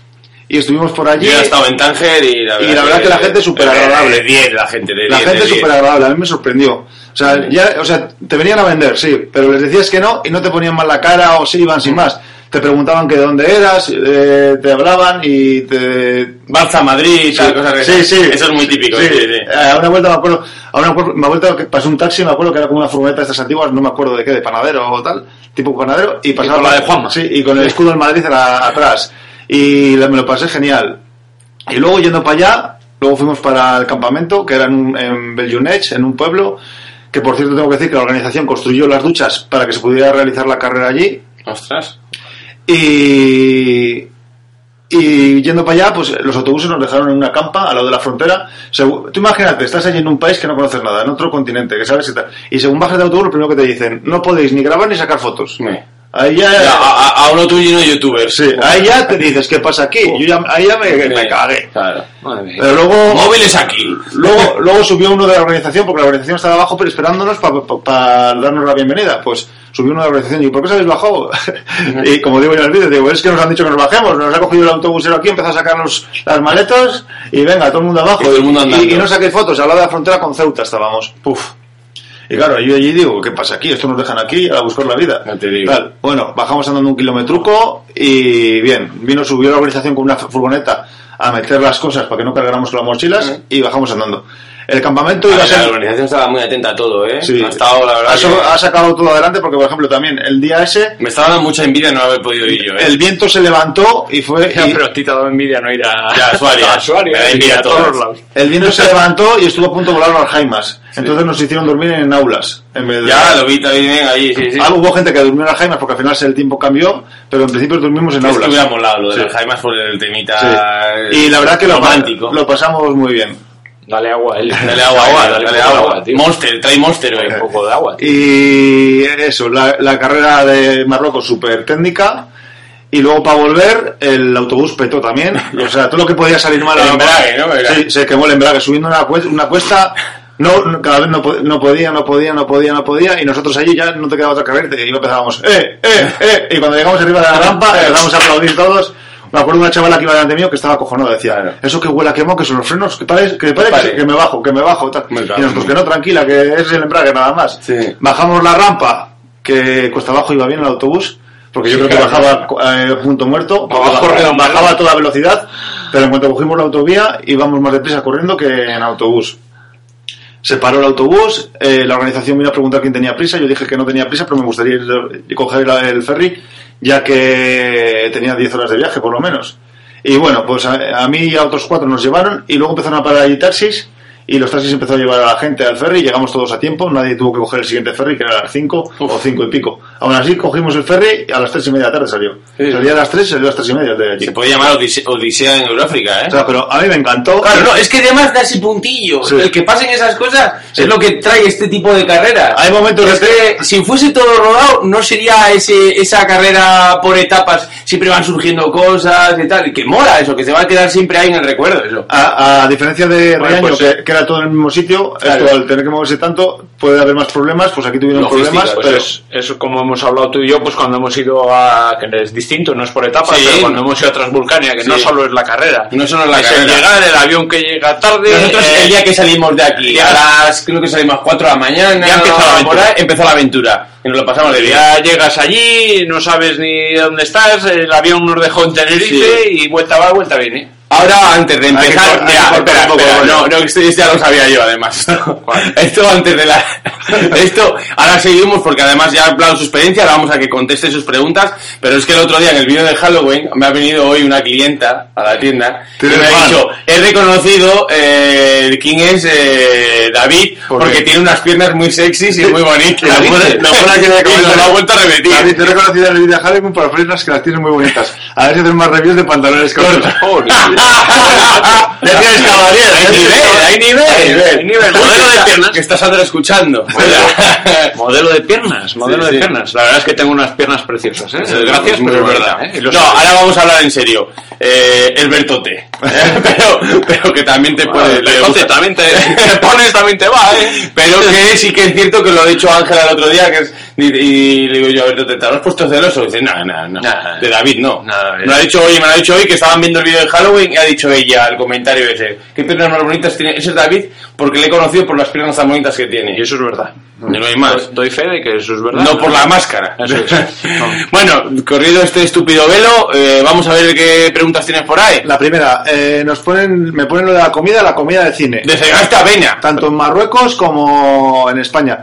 Y estuvimos por allí.
Yo he estado en Tánger y la
Y
verdad,
la verdad que la gente es superagradable.
De 10, la gente, de
La
10,
gente
de Mm.
es
10.
súper agradable, a mí me sorprendió. O sea, ya, o sea, te venían a vender, sí, pero les decías que no y no te ponían mal la cara o sí
Mm.
iban sin más. Te preguntaban que de dónde eras, eh, te hablaban y te...
Barça Madrid, tal, cosas de
Sí,
esas.
sí.
Eso es muy típico.
Sí. Eh.
Sí, sí.
A una vuelta me acuerdo, a una vuelta- me acuerdo que pasó un taxi, me acuerdo que era como una furgoneta de estas antiguas, no me acuerdo de qué, de panadero o tal, tipo panadero, y pasaba
con la
por-
de Juanma.
Sí, y con el escudo del Madrid a la- atrás. Y la- me lo pasé genial. Y luego yendo para allá, luego fuimos para el campamento, que era en, un- en Belluneig, en un pueblo, que por cierto tengo que decir que la organización construyó las duchas para que se pudiera realizar la carrera allí,
Ostras.
y, y yendo para allá, pues los autobuses nos dejaron en una campa al lado de la frontera. Segu- tú imagínate, estás allí en un país que no conoces nada, en otro continente, que sabes y tal. Y según bajas de autobús, lo primero que te dicen, no podéis ni grabar ni sacar fotos. Ahí ya,
A, a- a uno tuyo y uno youtuber.
sí, ahí ya te dices, ¿qué pasa aquí? Yo ya, ahí ya me, me cagué.
Claro. Eh,
Madre mía.
Pero luego...
Móviles aquí.
Luego, luego subió uno de la organización, porque la organización estaba abajo, pero esperándonos para darnos la bienvenida. Pues subió uno de la organización y digo, ¿por qué os habéis bajado? (laughs) y como digo yo en el vídeo, digo, es que nos han dicho que nos bajemos, nos ha cogido el autobusero aquí, empezó a sacarnos las maletas y venga, todo el mundo abajo.
Y todo el mundo andando.
Y, y no saquéis fotos, al lado de la frontera con Ceuta estábamos. Puf. Y claro, yo allí digo, ¿qué pasa aquí? Esto nos dejan aquí a buscar la vida.
Ya te digo.
Tal. Bueno, bajamos andando un kilometruco y bien, vino, subió la organización con una furgoneta a meter las cosas para que no cargáramos con las mochilas y bajamos andando. El campamento iba a
la
ser...
organización estaba muy atenta a todo, ¿eh?
Sí.
Ha estado, la verdad.
Ha so-
que-
ha sacado todo adelante porque, por ejemplo, también el día ese
Me estaba dando mucha envidia no haber podido ir yo, ¿eh?
el viento se levantó y fue...
(laughs) Ya,
y-
pero a ti te ha dado envidia no ir a,
Ya, a Suaria.
(laughs) a Suaria, eh,
Me da envidia
a
a todas.
todos lados.
El viento se levantó y estuvo a punto de volar las jaimas. Entonces nos hicieron dormir en aulas. En vez de-
Ya, lo vi también allí, sí, sí.
Ah, hubo gente que durmió en las jaimas porque al final el tiempo cambió, pero en principio dormimos en
Es que
aulas.
hubiera molado lo de
Sí.
las Jaimas por el temita
Sí.
eh,
Y la verdad que lo,
romántico.
lo pasamos muy bien.
Dale agua a él.
Dale agua, agua, dale,
un poco de
agua.
tío.
Monster, trae Monster hoy.
Un
Eh.
poco de agua. tío.
Y eso, la, la carrera de Marruecos súper técnica. Y luego para volver, el autobús petó también. (laughs) O sea, todo lo que podía salir mal.
El
a la-
embrague, ¿no? Era.
Sí, se quemó el embrague. Subiendo una cuesta, una cuesta no, no, cada vez no, po- no podía, no podía, no podía, no podía. Y nosotros allí ya no te quedaba otra carrera. Y empezábamos, ¡eh, eh, eh! Y cuando llegamos arriba de la rampa,
(laughs)
empezamos a aplaudir todos. Me acuerdo de una chavala que iba delante mío que estaba cojonada. Decía, eso que huele a quemado, que son los frenos, que pare, que, pare, que
Pare.
se- que me bajo, que me bajo. Tal.
Hombre,
Y
claro.
nosotros, "Pues que no, tranquila, que es el embrague nada más.
Sí.
Bajamos la rampa, que cuesta abajo iba bien el autobús, porque yo
Sí,
creo que
claro.
bajaba eh, punto muerto,
Abajo
bajaba,
redondo.
bajaba a toda velocidad, pero en cuanto cogimos la autovía íbamos más deprisa corriendo que en autobús. Se paró el autobús, eh, la organización vino a preguntar quién tenía prisa, yo dije que no tenía prisa, pero me gustaría ir- ir- coger el, el ferry, ya que tenía 10 horas de viaje por lo menos. Y bueno, pues a, a mí y a otros cuatro nos llevaron y luego empezaron a parar allí taxis y los taxis empezó a llevar a la gente al ferry, llegamos todos a tiempo, nadie tuvo que coger el siguiente ferry que era a las 5 o 5 y pico. Aún así cogimos el ferry y a las 3 y media de la tarde salió.
Sí.
Salía a las 3 y salió a las 3 y media de allí.
Se puede llamar Odise- Odisea en Euráfrica, ¿eh?
O sea, pero a mí me encantó.
Claro, no, es que además da ese puntillo.
Sí.
El que pasen esas cosas
Sí.
es lo que trae este tipo de carrera.
Hay momentos
Es
que-
que si fuese todo rodado, no sería ese, esa carrera por etapas. Siempre van surgiendo cosas y tal. Y que mola eso, que se va a quedar siempre ahí en el recuerdo. Eso.
A, a diferencia de
Bueno,
Reaño,
pues sí.
que, que era todo en el mismo sitio,
Claro.
esto al tener que moverse tanto puede haber más problemas, pues aquí tuvieron
Logística,
problemas,
Pues
pero
es, es como hemos hablado tú y yo, pues cuando hemos ido a. que es distinto, no es por etapas,
Sí.
pero cuando hemos ido a Transvulcania, que no
Sí.
solo es la carrera.
No solo es la
Es
carrera.
el llegar, el avión que llega tarde.
Nosotros
eh,
el día que salimos de aquí,
ya-
a las, creo que salimos 4 de la mañana,
Ya empezó la
por
aventura.
ahí, empezó la aventura. Y nos lo pasamos de viaje.
Ya llegas allí, no sabes ni dónde estás, el avión nos dejó en Tenerife y vuelta va, vuelta viene.
Ahora, antes de
que
empezar,
cor- hay
ya,
que cortar
espera,
un poco,
espera,
bueno.
no, no, esto ya lo sabía yo
(laughs)
además. Esto antes de la... Esto, ahora seguimos porque además ya ha hablado su experiencia, ahora vamos a que conteste sus preguntas, pero es que el otro día en el vídeo de Halloween me ha venido hoy una clienta a la tienda y
Tiene
me ha
fan.
dicho, he reconocido eh, quién es eh, David
¿Por qué?
porque tiene unas piernas muy sexys y muy bonitas.
(laughs) La buena- la buena
(laughs)
que le
y
acabo
nos
de
lo ha
dar.
vuelto a repetir.
David, te he reconocido en el vídeo de Halloween por ofrendas que las tienes muy bonitas. A ver si hacen más reviews de
(laughs)
pantalones cortos.
Ya tienes caballero, hay nivel, hay nivel,
Hay nivel.
Modelo de piernas.
piernas.
Que estás ahora (laughs) escuchando.
Modelo de piernas, modelo
Sí,
de
sí.
piernas. La verdad es que tengo unas piernas preciosas, ¿eh? Gracias,
muy
pero es
bonita,
verdad. ¿eh? Y lo
No,
sabéis.
ahora vamos a hablar en serio. Eh, el Bertote. pero, pero que también te puede.
Vale,
le
Bertote,
gusta.
también te, te pones, también te va, ¿eh?
Pero que sí que es cierto que lo ha dicho Ángela el otro día. que es- y, y le digo yo, Bertote, ¿te habrás puesto celoso? Y dice, no, no, no.
Nah.
De David, no.
Nah,
me lo ha dicho hoy, me lo ha dicho hoy que estaban viendo el vídeo de Halloween y ha dicho ella el comentario ese. ¿Qué piernas más bonitas tiene? Ese es David porque le he conocido por las piernas tan bonitas que tiene.
Y eso es verdad.
No hay más.
Doy fe de que eso es verdad.
No por la máscara.
Eso es.
(laughs)
No.
bueno, corrido este estúpido velo, eh, vamos a ver qué preguntas tienes por ahí.
(laughs) La primera, eh, nos ponen, me ponen lo de la comida, la comida de cine.
Desayunaste avena.
tanto en Marruecos como en España.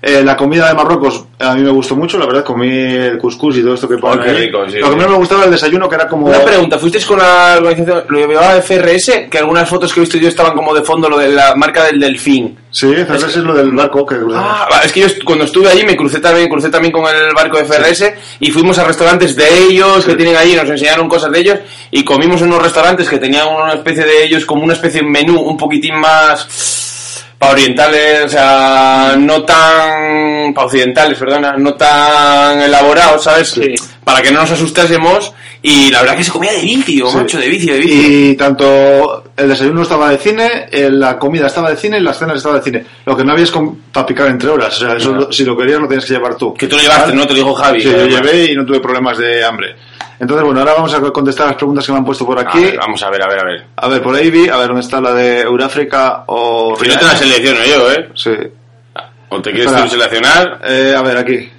Eh, la comida de Marruecos a mí me gustó mucho, la verdad, comí el couscous y todo esto que ponen
qué
ahí.
rico, sí,
Lo que
sí.
menos me gustaba era el desayuno, que era como...
Una pregunta, ¿fuisteis con la organización, lo llevaba de FRS? Que algunas fotos que he visto yo estaban como de fondo, lo de la marca del delfín.
Sí, Ferrés es lo del barco que cruzamos.
Ah, va, es que yo est- cuando estuve allí me crucé también, crucé también con el barco de FRS y fuimos a restaurantes de ellos que tienen allí, nos enseñaron cosas de ellos y comimos en unos restaurantes que tenían una especie de ellos como una especie de menú un poquitín más para orientales, o sea, no tan para occidentales, perdona, no tan elaborados, ¿sabes?
Sí.
Para que no nos asustásemos y la verdad que se comía de vicio,
Sí.
macho, de vicio, de vicio.
Y tanto el desayuno estaba de cine, eh, la comida estaba de cine y las cenas estaba de cine. Lo que no había es para picar entre horas. O sea, eso lo- si lo querías lo tenías que llevar tú.
Que tú lo llevaste,
Vale.
¿no? Te lo dijo Javi.
Sí, yo
además.
llevé y no tuve problemas de hambre. Entonces, bueno, ahora vamos a contestar las preguntas que me han puesto por
A
aquí.
ver, vamos a ver, a ver, a ver.
A ver, por ahí vi, a ver dónde está la de Euráfrica o...
Si no te la selecciono yo, ¿eh?
Sí.
O te quieres
Espera.
tú seleccionar.
Eh, a ver, aquí.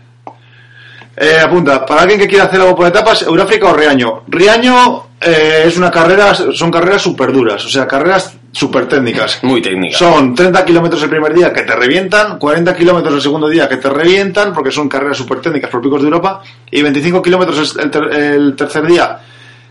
Eh, apunta, para alguien que quiera hacer algo por etapas, Euráfrica o Riaño. Riaño eh, es una carrera, son carreras súper duras, o sea, carreras súper técnicas.
Muy técnica.
Son 30 kilómetros el primer día que te revientan, 40 kilómetros el segundo día que te revientan, porque son carreras súper técnicas por picos de Europa, y 25 kilómetros el, ter- el tercer día.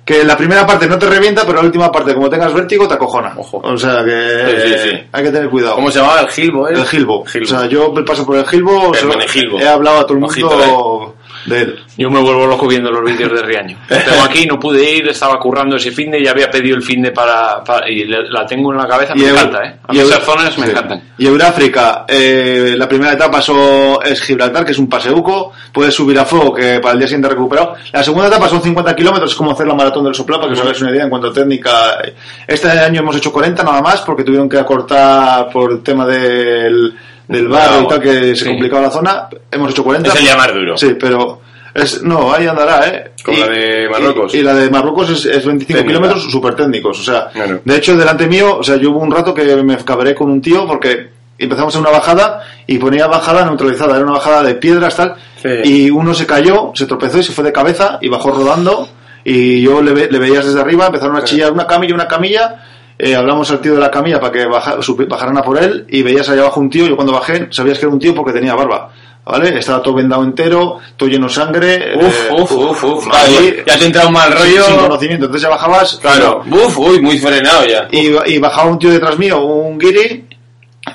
Que la primera parte no te revienta, pero la última parte, como tengas vértigo, te acojona.
Ojo.
O sea que
Sí, sí, sí.
eh, hay que tener cuidado.
¿Cómo se llamaba? El Gilbo, ¿eh?
El Gilbo.
Gilbo.
O sea, yo me paso por el Gilbo.
El
solo-
Menegilbo.
He hablado a todo el mundo
Ojito, eh.
de él.
Yo me vuelvo loco viendo los vídeos de
(laughs)
Riaño. Lo Tengo aquí, no pude ir, estaba currando ese fin de y había pedido el fin de para, para- y le- la tengo en la cabeza, me
Eu-
encanta, ¿eh? A
y
mí esas
Eu-
zonas me
sí.
encantan.
Y Euráfrica, eh, la primera etapa so- es Gibraltar, que es un paseuco. Puedes subir a fuego, que para el día siguiente recuperado. La segunda etapa son 50 kilómetros, es como hacer la maratón del Soplapa, que os hagáis una idea en cuanto a técnica. Este año hemos hecho 40 nada más, porque tuvieron que acortar por el tema del, del barro y
Bravo.
tal, que
Sí.
se complicaba la zona. Hemos hecho 40.
Es el día más duro.
Sí, pero es, no, ahí andará, ¿eh?
Como la de Marruecos.
Y, y la de Marruecos es, es 25
Técnica.
kilómetros súper técnicos, o sea,
Claro.
de hecho delante mío, o sea, yo hubo un rato que me cabré con un tío porque y empezamos en una bajada y ponía bajada neutralizada, era una bajada de piedras tal,
Sí.
y uno se cayó, se tropezó y se fue de cabeza y bajó rodando y yo le, ve- le veías desde arriba, empezaron a chillar una camilla, una camilla, eh, hablamos al tío de la camilla para que baja- subi- bajaran a por él y veías allá abajo un tío, yo cuando bajé sabías que era un tío porque tenía barba. ¿Vale? Estaba todo vendado entero, todo lleno de sangre. eh,
Uf, uf, uf.
ahí-
Vale, ya te entra un mal rollo.
sin conocimiento. Entonces ya bajabas.
Claro, uf, uy, muy frenado ya.
Y, y bajaba un tío detrás mío, un guiri.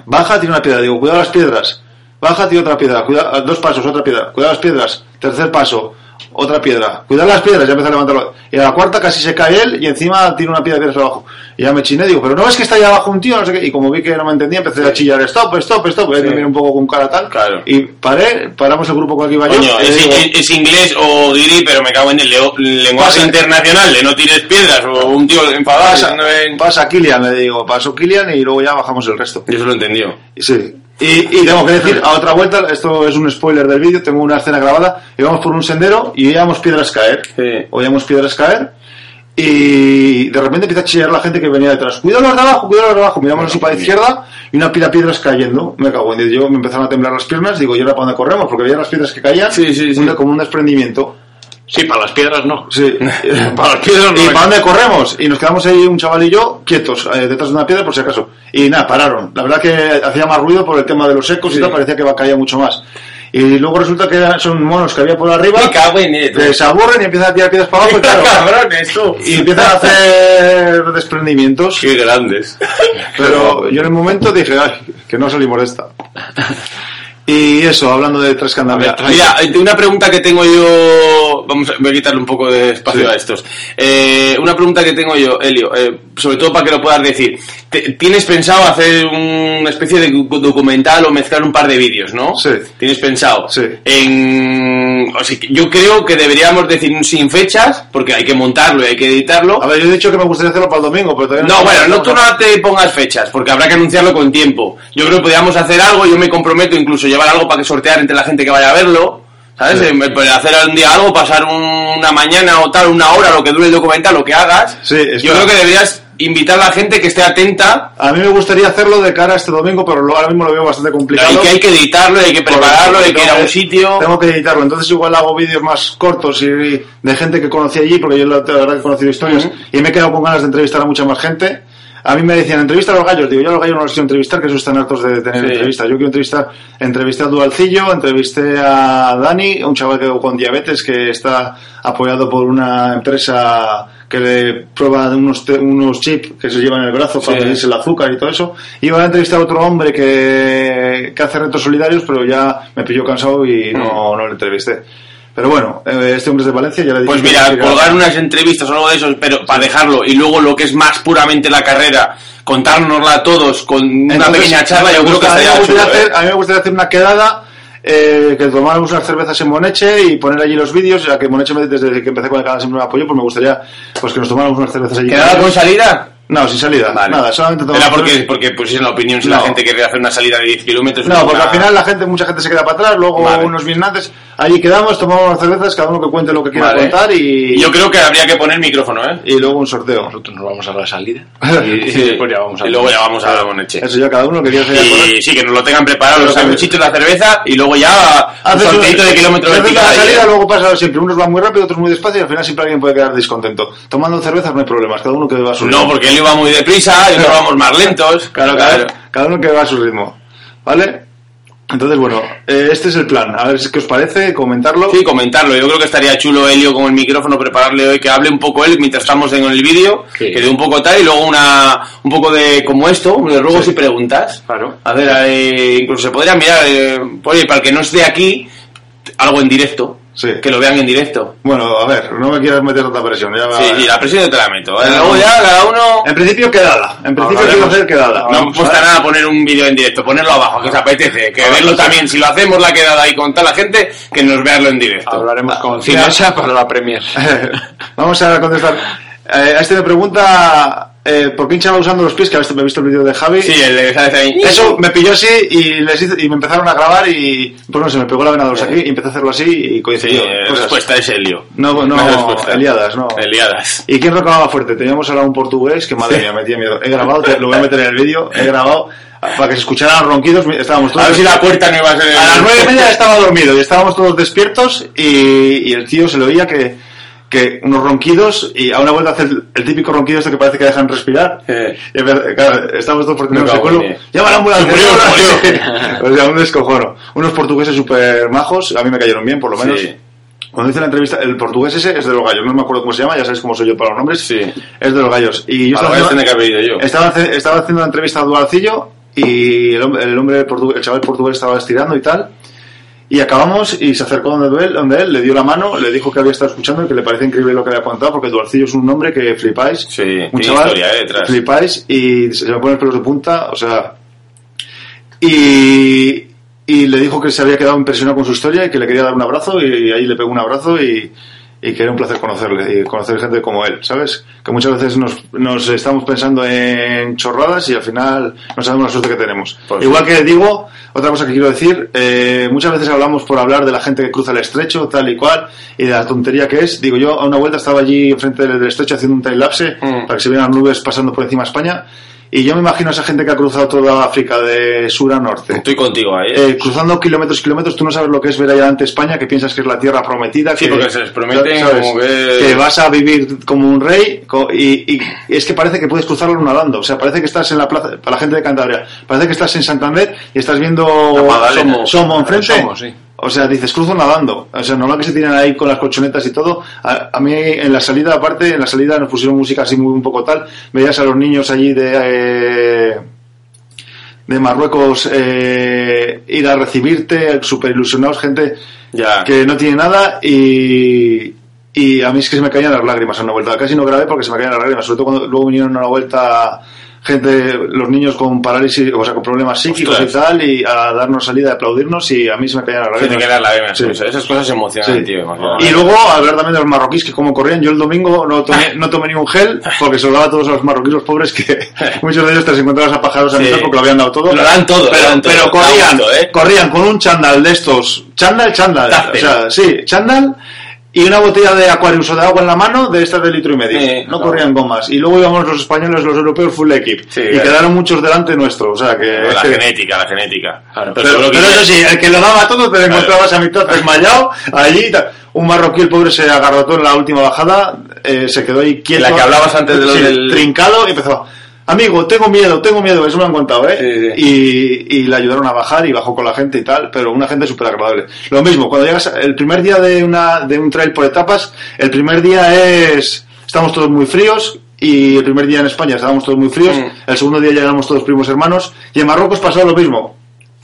Baja, tiene una piedra. Digo, cuidado las piedras. Baja, tiene otra piedra. Cuida, dos pasos, otra piedra. Cuidado las piedras. Tercer paso, otra piedra. Cuidado las piedras. Ya empezó a levantarlo. Y a la cuarta casi se cae él y encima tiene una piedra de piedras abajo. Y ya me chiné. Digo, pero no ves que está ahí abajo un tío. No sé qué. Y como vi que no me entendía, empecé a chillar. Stop, stop, stop. Él me miró un poco con cara tal.
Claro.
Y paré, paramos el grupo con el que iba yo. eh,
Coño,
y
es,
digo,
es- es inglés o guiri, pero me cago en el leo- lenguaje
Pasa.
internacional, de no tires piedras o un tío enfadado.
pasa,
echándome en-
pasa Kilian, le digo. Pasó Kilian y luego ya bajamos el resto.
Eso lo entendió.
Sí. Y, y tengo que decir, a otra vuelta, esto es un spoiler del vídeo, tengo una escena grabada, íbamos por un sendero y veíamos piedras caer.
Sí.
Oíamos piedras caer y de repente empieza a chillar la gente que venía detrás. Cuidado los de abajo, cuidado los de abajo. Miramos así para la izquierda y una pila de piedras cayendo. Me cago en Dios. Yo me empezaron a temblar las piernas, digo, ¿y ahora para dónde corremos? Porque veía las piedras que caían
Sí, sí, sí.
una- como un desprendimiento.
Sí, para las piedras no.
(laughs)
Sí.
Para las piedras
¿Y
no.
para dónde corremos? Y nos quedamos ahí un chaval y yo quietos, eh, detrás de una piedra por si acaso. Y nada, pararon. La verdad que hacía más ruido por el tema de los secos y tal, parecía que caía mucho más. Y luego resulta que eran- son monos que había por arriba,
Me cago en el-
(laughs) que se aburren y empiezan a tirar
(laughs)
piedras para abajo y, claro,
cabrones, tú.
y empiezan a hacer desprendimientos.
Qué grandes.
Pero yo en el momento dije, ay, que no salimos
(laughs)
de esta. Y eso, hablando de tres candamias.
Mira, una pregunta que tengo yo. Vamos a, voy a quitarle un poco de espacio
Sí.
a estos. Eh, una pregunta que tengo yo, Elio, eh, sobre todo para que lo puedas decir. Te- ¿Tienes pensado hacer una especie de docu- documental o mezclar un par de vídeos, no?
Sí.
¿Tienes pensado?
Sí.
En, o sea, que yo creo que deberíamos decir un sin fechas, porque hay que montarlo y hay que editarlo.
A ver, yo he dicho que me gustaría hacerlo para el domingo, pero todavía
No, bueno, no, tú no te pongas fechas, porque habrá que anunciarlo con tiempo. Yo creo que podríamos hacer algo, yo me comprometo incluso llevar algo para que sortear entre la gente que vaya a verlo. ¿Sabes?
Sí.
Eh, pues Hacer un día algo, pasar un- una mañana o tal, una hora, lo que dure el documental, lo que hagas.
Sí,
yo
espera.
creo que deberías invitar a la gente que esté atenta
A mí me gustaría hacerlo de cara a este domingo, pero lo- ahora mismo lo veo bastante complicado.
y que hay que editarlo, y hay que prepararlo, y hay que ir a un
Entonces,
sitio.
Tengo que editarlo, entonces igual hago vídeos más cortos y y de gente que conocí allí, porque yo la la verdad que he conocido historias y me he quedado con ganas de entrevistar a mucha más gente. A mí me decían, entrevista a los gallos. Digo, yo a los gallos no los quiero entrevistar, que esos están hartos de tener
Sí.
entrevistas. Yo quiero entrevistar, entrevisté a Dualcillo, entrevisté a Dani, un chaval que con diabetes que está apoyado por una empresa que le prueba de unos, te- unos chips que se llevan en el brazo para
Sí.
medirse el azúcar y todo eso. Iba a entrevistar a otro hombre que, que hace retos solidarios, pero ya me pilló cansado y
Mm.
no, no le entrevisté. Pero bueno, eh, este hombre es de Valencia, ya le dije.
Pues
que
mira,
que-
colgar unas entrevistas o algo de eso, pero para dejarlo, y luego lo que es más puramente la carrera, contárnosla a todos con una
Entonces,
pequeña charla, yo creo que
a mí me
estaría chulo.
gustaría
¿eh?
hacer- A mí me gustaría hacer una quedada, eh, que tomáramos unas cervezas en Moneche y poner allí los vídeos, ya que Moneche me- desde que empecé con el canal siempre me apoyo, pues me gustaría pues que nos tomáramos unas cervezas allí.
¿Quedada con salida?
No, sin salida, nada, solamente tomamos
Era porque, porque pusieron la opinión si la
No.
gente quería hacer una salida de 10 kilómetros. Ah,
No, porque
una-
al final la gente, mucha gente se queda para atrás, luego
Vale.
unos vigilantes, allí quedamos, tomamos unas cervezas, cada uno que cuente lo que quiera
Vale.
contar y,
Yo creo que habría que poner micrófono, ¿eh?
y luego un sorteo.
Nosotros nos vamos a la
(laughs)
salida. Y,
Y,
y después ya vamos a
y luego ya vamos a la Boneche.
Eso ya cada uno quería hacer
Y sí, que nos lo tengan preparado, los
Pero que-
sanguchitos, la cerveza y luego ya un
Haces
sorteito
un-
de kilómetro ¿eh?
haces
20
una
cada
salida,
día.
luego pasa siempre. Unos van muy rápido, otros muy despacio y al final siempre alguien puede quedar descontento. Tomando cervezas no hay problemas, cada uno que va a su ritmo.
No, porque él iba muy deprisa y nosotros vamos más lentos.
Claro, Cada, cada uno que va a su ritmo. ¿Vale? Entonces, bueno, eh, este es el plan. A ver si- qué os parece, comentarlo.
Sí, comentarlo. Yo creo que estaría chulo Helio con el micrófono prepararle hoy que hable un poco él mientras estamos en el vídeo,
Sí.
que dé un poco tal y luego una un poco de como esto, de ruegos y preguntas.
Claro.
A ver, eh, incluso se podría mirar, eh, oye, para el que no esté aquí, algo en directo,
Sí.
que lo vean en directo.
Bueno, a ver, no me quieras meter tanta presión. ya va-
Sí, sí, la presión yo te la meto.
Ah,
luego ya cada uno
En principio, quedada. En principio, quiero hacer quedada.
no
Vamos,
cuesta
¿vale?
nada poner un vídeo en directo, ponerlo abajo, que os apetece, que verlo también, si lo hacemos la quedada y contar a la gente, que nos veanlo en directo.
Ah.
Hablaremos con Cinesa para la Premier.
(laughs) Vamos a contestar. Eh, a este me pregunta eh, por qué hinchaba usando los pies, que a veces me he visto el vídeo de Javi.
Sí, el de ¿sabes? ahí.
Eso me pilló así y, les hice- y me empezaron a grabar y pues no sé, me pegó la vena de los aquí y empecé a hacerlo pues así y
Sí,
coincidió.
eh,
Cosas.
respuesta es Helio.
No, no,
La respuesta.
aliadas, no.
Eliadas.
¿Y quién reclamaba fuerte? Teníamos ahora un portugués que madre mía, me metía miedo. He grabado, te- lo voy a meter en el vídeo, he grabado para que se escucharan ronquidos, estábamos todos...
A ver si la puerta no iba a ser.
A las nueve y
este-
media estaba dormido y estábamos todos despiertos y, y el tío se le oía que, que unos ronquidos y a una vuelta hace el, el típico ronquido este que parece que dejan respirar.
Eh.
Y en verdad, claro, estamos todos porque
Me
no se
cago en
cuelo.
diez.
Llama a la ambulancia.
Murió,
llama a la ambulancia. o sea, un descojono. Unos portugueses súper majos, a mí me cayeron bien por lo menos.
Sí.
Cuando hice la entrevista, el portugués ese es de los gallos, no me acuerdo cómo se llama, ya sabéis cómo soy yo para los nombres.
Sí.
Es de los gallos. Y yo
A lo mejor
estaba haciendo-
tendré que haber ido yo.
estaba, hace- estaba haciendo una entrevista a Duarcillo y el, hom- el hombre portu- el chaval portugués estaba estirando y tal. Y acabamos y se acercó donde él, donde él, le dio la mano, le dijo que había estado escuchando y que le parece increíble lo que había contado porque Duarcillo es un nombre que flipáis.
Sí, tiene historia, eh, detrás.
Flipáis y se me ponen los pelos de punta, o sea. Y, y le dijo que se había quedado impresionado con su historia y que le quería dar un abrazo y, ahí le pegó un abrazo y, y que era un placer conocerle y conocer gente como él, ¿sabes? Que muchas veces nos, nos estamos pensando en chorradas y al final no sabemos la suerte que tenemos.
Pues
Igual que digo, otra cosa que quiero decir, eh, muchas veces hablamos por hablar de la gente que cruza el estrecho, tal y cual, y de la tontería que es. Digo, yo a una vuelta estaba allí enfrente del del estrecho haciendo un time lapse
Mm.
para que se vieran las nubes pasando por encima de España. Y yo me imagino a esa gente que ha cruzado toda África de sur a norte.
Estoy contigo ahí. eh.
Eh, cruzando kilómetros y kilómetros, tú no sabes lo que es ver allá ante España, que piensas que es la tierra prometida.
Sí,
que,
porque se les prometen como que-
vas a vivir como un rey co- y, y es que parece que puedes cruzarlo nadando. O sea, parece que estás en la plaza, para la gente de Cantabria, parece que estás en Santander y estás viendo
Magdalena.
Somo, Somo enfrente.
Somo, sí.
O sea, dices, cruzo nadando. O sea, normal que se tiran ahí con las colchonetas y todo. A, a mí en la salida, aparte, en la salida nos pusieron música así muy un poco tal. Veías a los niños allí de... eh, de Marruecos eh, ir a recibirte, súper ilusionados, gente
Ya.
que no tiene nada y, y a mí es que se me caían las lágrimas a una vuelta. Casi no grabé porque se me caían las lágrimas, sobre todo cuando luego vinieron a una vuelta gente, los niños con parálisis, o sea, con problemas psíquicos
Ostras.
y tal, y a darnos salida, a aplaudirnos y a mí se me caían las
Se te
lágrimas.
quedan las venas.
Sí.
Esas cosas emocionan,
Sí.
tío.
Y luego hablar también de los marroquíes que como corrían. Yo el domingo no
Ah.
tomé, no tomé ni un gel porque se lo daba a todos los marroquíes los
(laughs)
pobres que muchos de ellos te los encontrabas a pájaros a
Sí.
mitad porque lo habían dado todo.
Lo dan todo, lo
Pero,
dan todo.
pero
Da
corrían,
gusto, ¿eh?
corrían con un chándal de estos. Chándal, chándal.
Tupper.
O sea, sí, chándal y una botella de Aquarius o de agua en la mano de estas de litro y medio.
Eh,
no
claro.
corrían gomas. Y luego íbamos los españoles, los europeos full equip.
Sí,
y
claro.
quedaron muchos delante nuestro. O sea que...
La
que-
genética, la genética.
Claro,
Pero
este- pero,
seguro que
pero eso sí, el que lo daba todo te lo encontrabas a mitad desmayado, allí. y tal. Un marroquí, el pobre, se agarrotó en la última bajada, eh, se quedó ahí quieto.
La que hablabas antes de lo del-
Trincado y empezó. Amigo, tengo miedo, tengo miedo, eso me han contado, ¿eh?
Sí,
Y, y le ayudaron a bajar y bajó con la gente y tal, pero una gente súper agradable. Lo mismo, cuando llegas, el primer día de, una, de un trail por etapas, el primer día es, estamos todos muy fríos, y el primer día en España estábamos todos muy fríos,
Mm.
el segundo día llegamos todos primos hermanos, y en Marruecos pasaba lo mismo.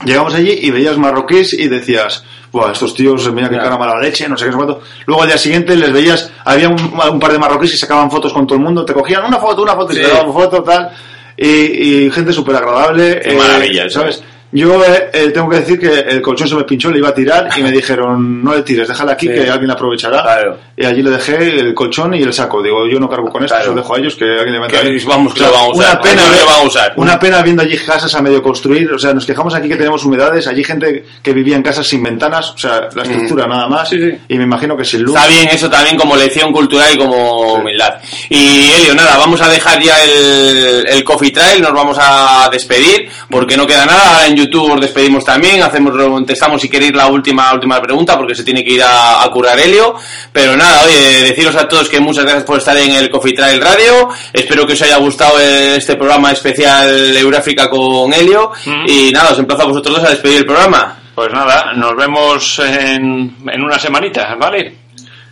Llegamos allí y veías marroquíes y decías, Buah, estos tíos, mira que
Ya.
cara mala leche, no sé qué, no sé cuánto. Luego al día siguiente les veías, había un, un par de marroquíes que sacaban fotos con todo el mundo, te cogían una foto, una foto, y
Sí.
te daban foto, tal. Y, y gente súper agradable.
Qué maravilla eso.
¿Sabes? Yo eh, eh, tengo que decir que el colchón se me pinchó, le iba a tirar y me dijeron, no le tires, déjala aquí
Sí.
que alguien la aprovechará.
Claro.
Y allí le dejé el colchón y el saco. Digo, yo no cargo con esto,
Claro.
se lo dejo a ellos que alguien le va a
Que
entrar.
vamos, que lo van a usar,
Una pena,
que lo
ver-
van a usar.
Una pena viendo allí casas a medio construir. O sea, nos quejamos aquí que tenemos humedades. Allí gente que vivía en casas sin ventanas. O sea, la estructura nada más.
Sí, sí.
Y me imagino que sin luz.
Está bien eso también como lección cultural y como
Sí.
humildad. Y Elio, nada, vamos a dejar ya el, el Coffee Trail, nos vamos a despedir, porque no queda nada, ahora en YouTube os despedimos también, hacemos, contestamos si queréis la última, última pregunta, porque se tiene que ir a, a curar Elio. Pero nada, oye, deciros a todos que muchas gracias por estar en el Coffee Trail Radio, espero que os haya gustado eh, este programa especial Euráfrica con Elio,
Mm.
y nada, os emplazo a vosotros dos a despedir el programa.
Pues nada, nos vemos en, en una semanita, ¿vale?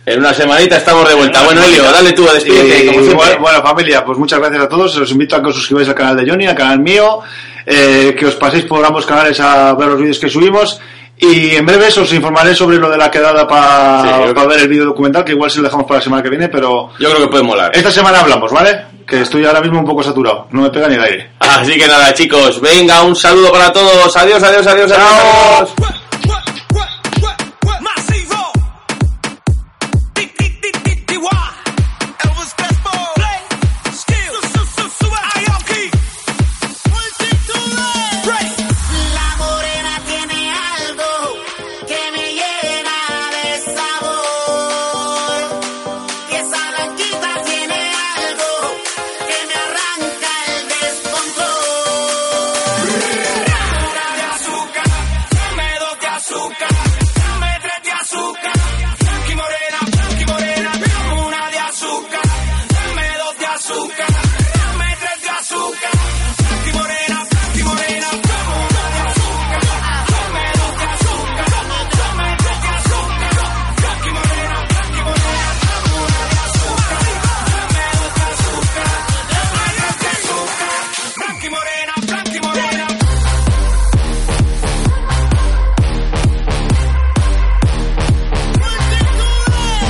En una semanita estamos de vuelta. Bueno, Elio, dale tú a
Y,
despídete, como siempre.
bueno, bueno, familia, pues muchas gracias a todos. Os invito a que os suscribáis al canal de Johnny, al canal mío. eh, que os paséis por ambos canales a ver los vídeos que subimos. Y en breves os informaré sobre lo de la quedada
Sí,
para
yo-
ver el vídeo documental, que igual se lo dejamos para la semana que viene, pero
Yo creo que puede molar.
esta semana hablamos, ¿vale? Que estoy ahora mismo un poco saturado, no me pega ni el aire.
Así que nada, chicos, venga, un saludo para todos. Adiós, adiós, adiós, adiós.
What?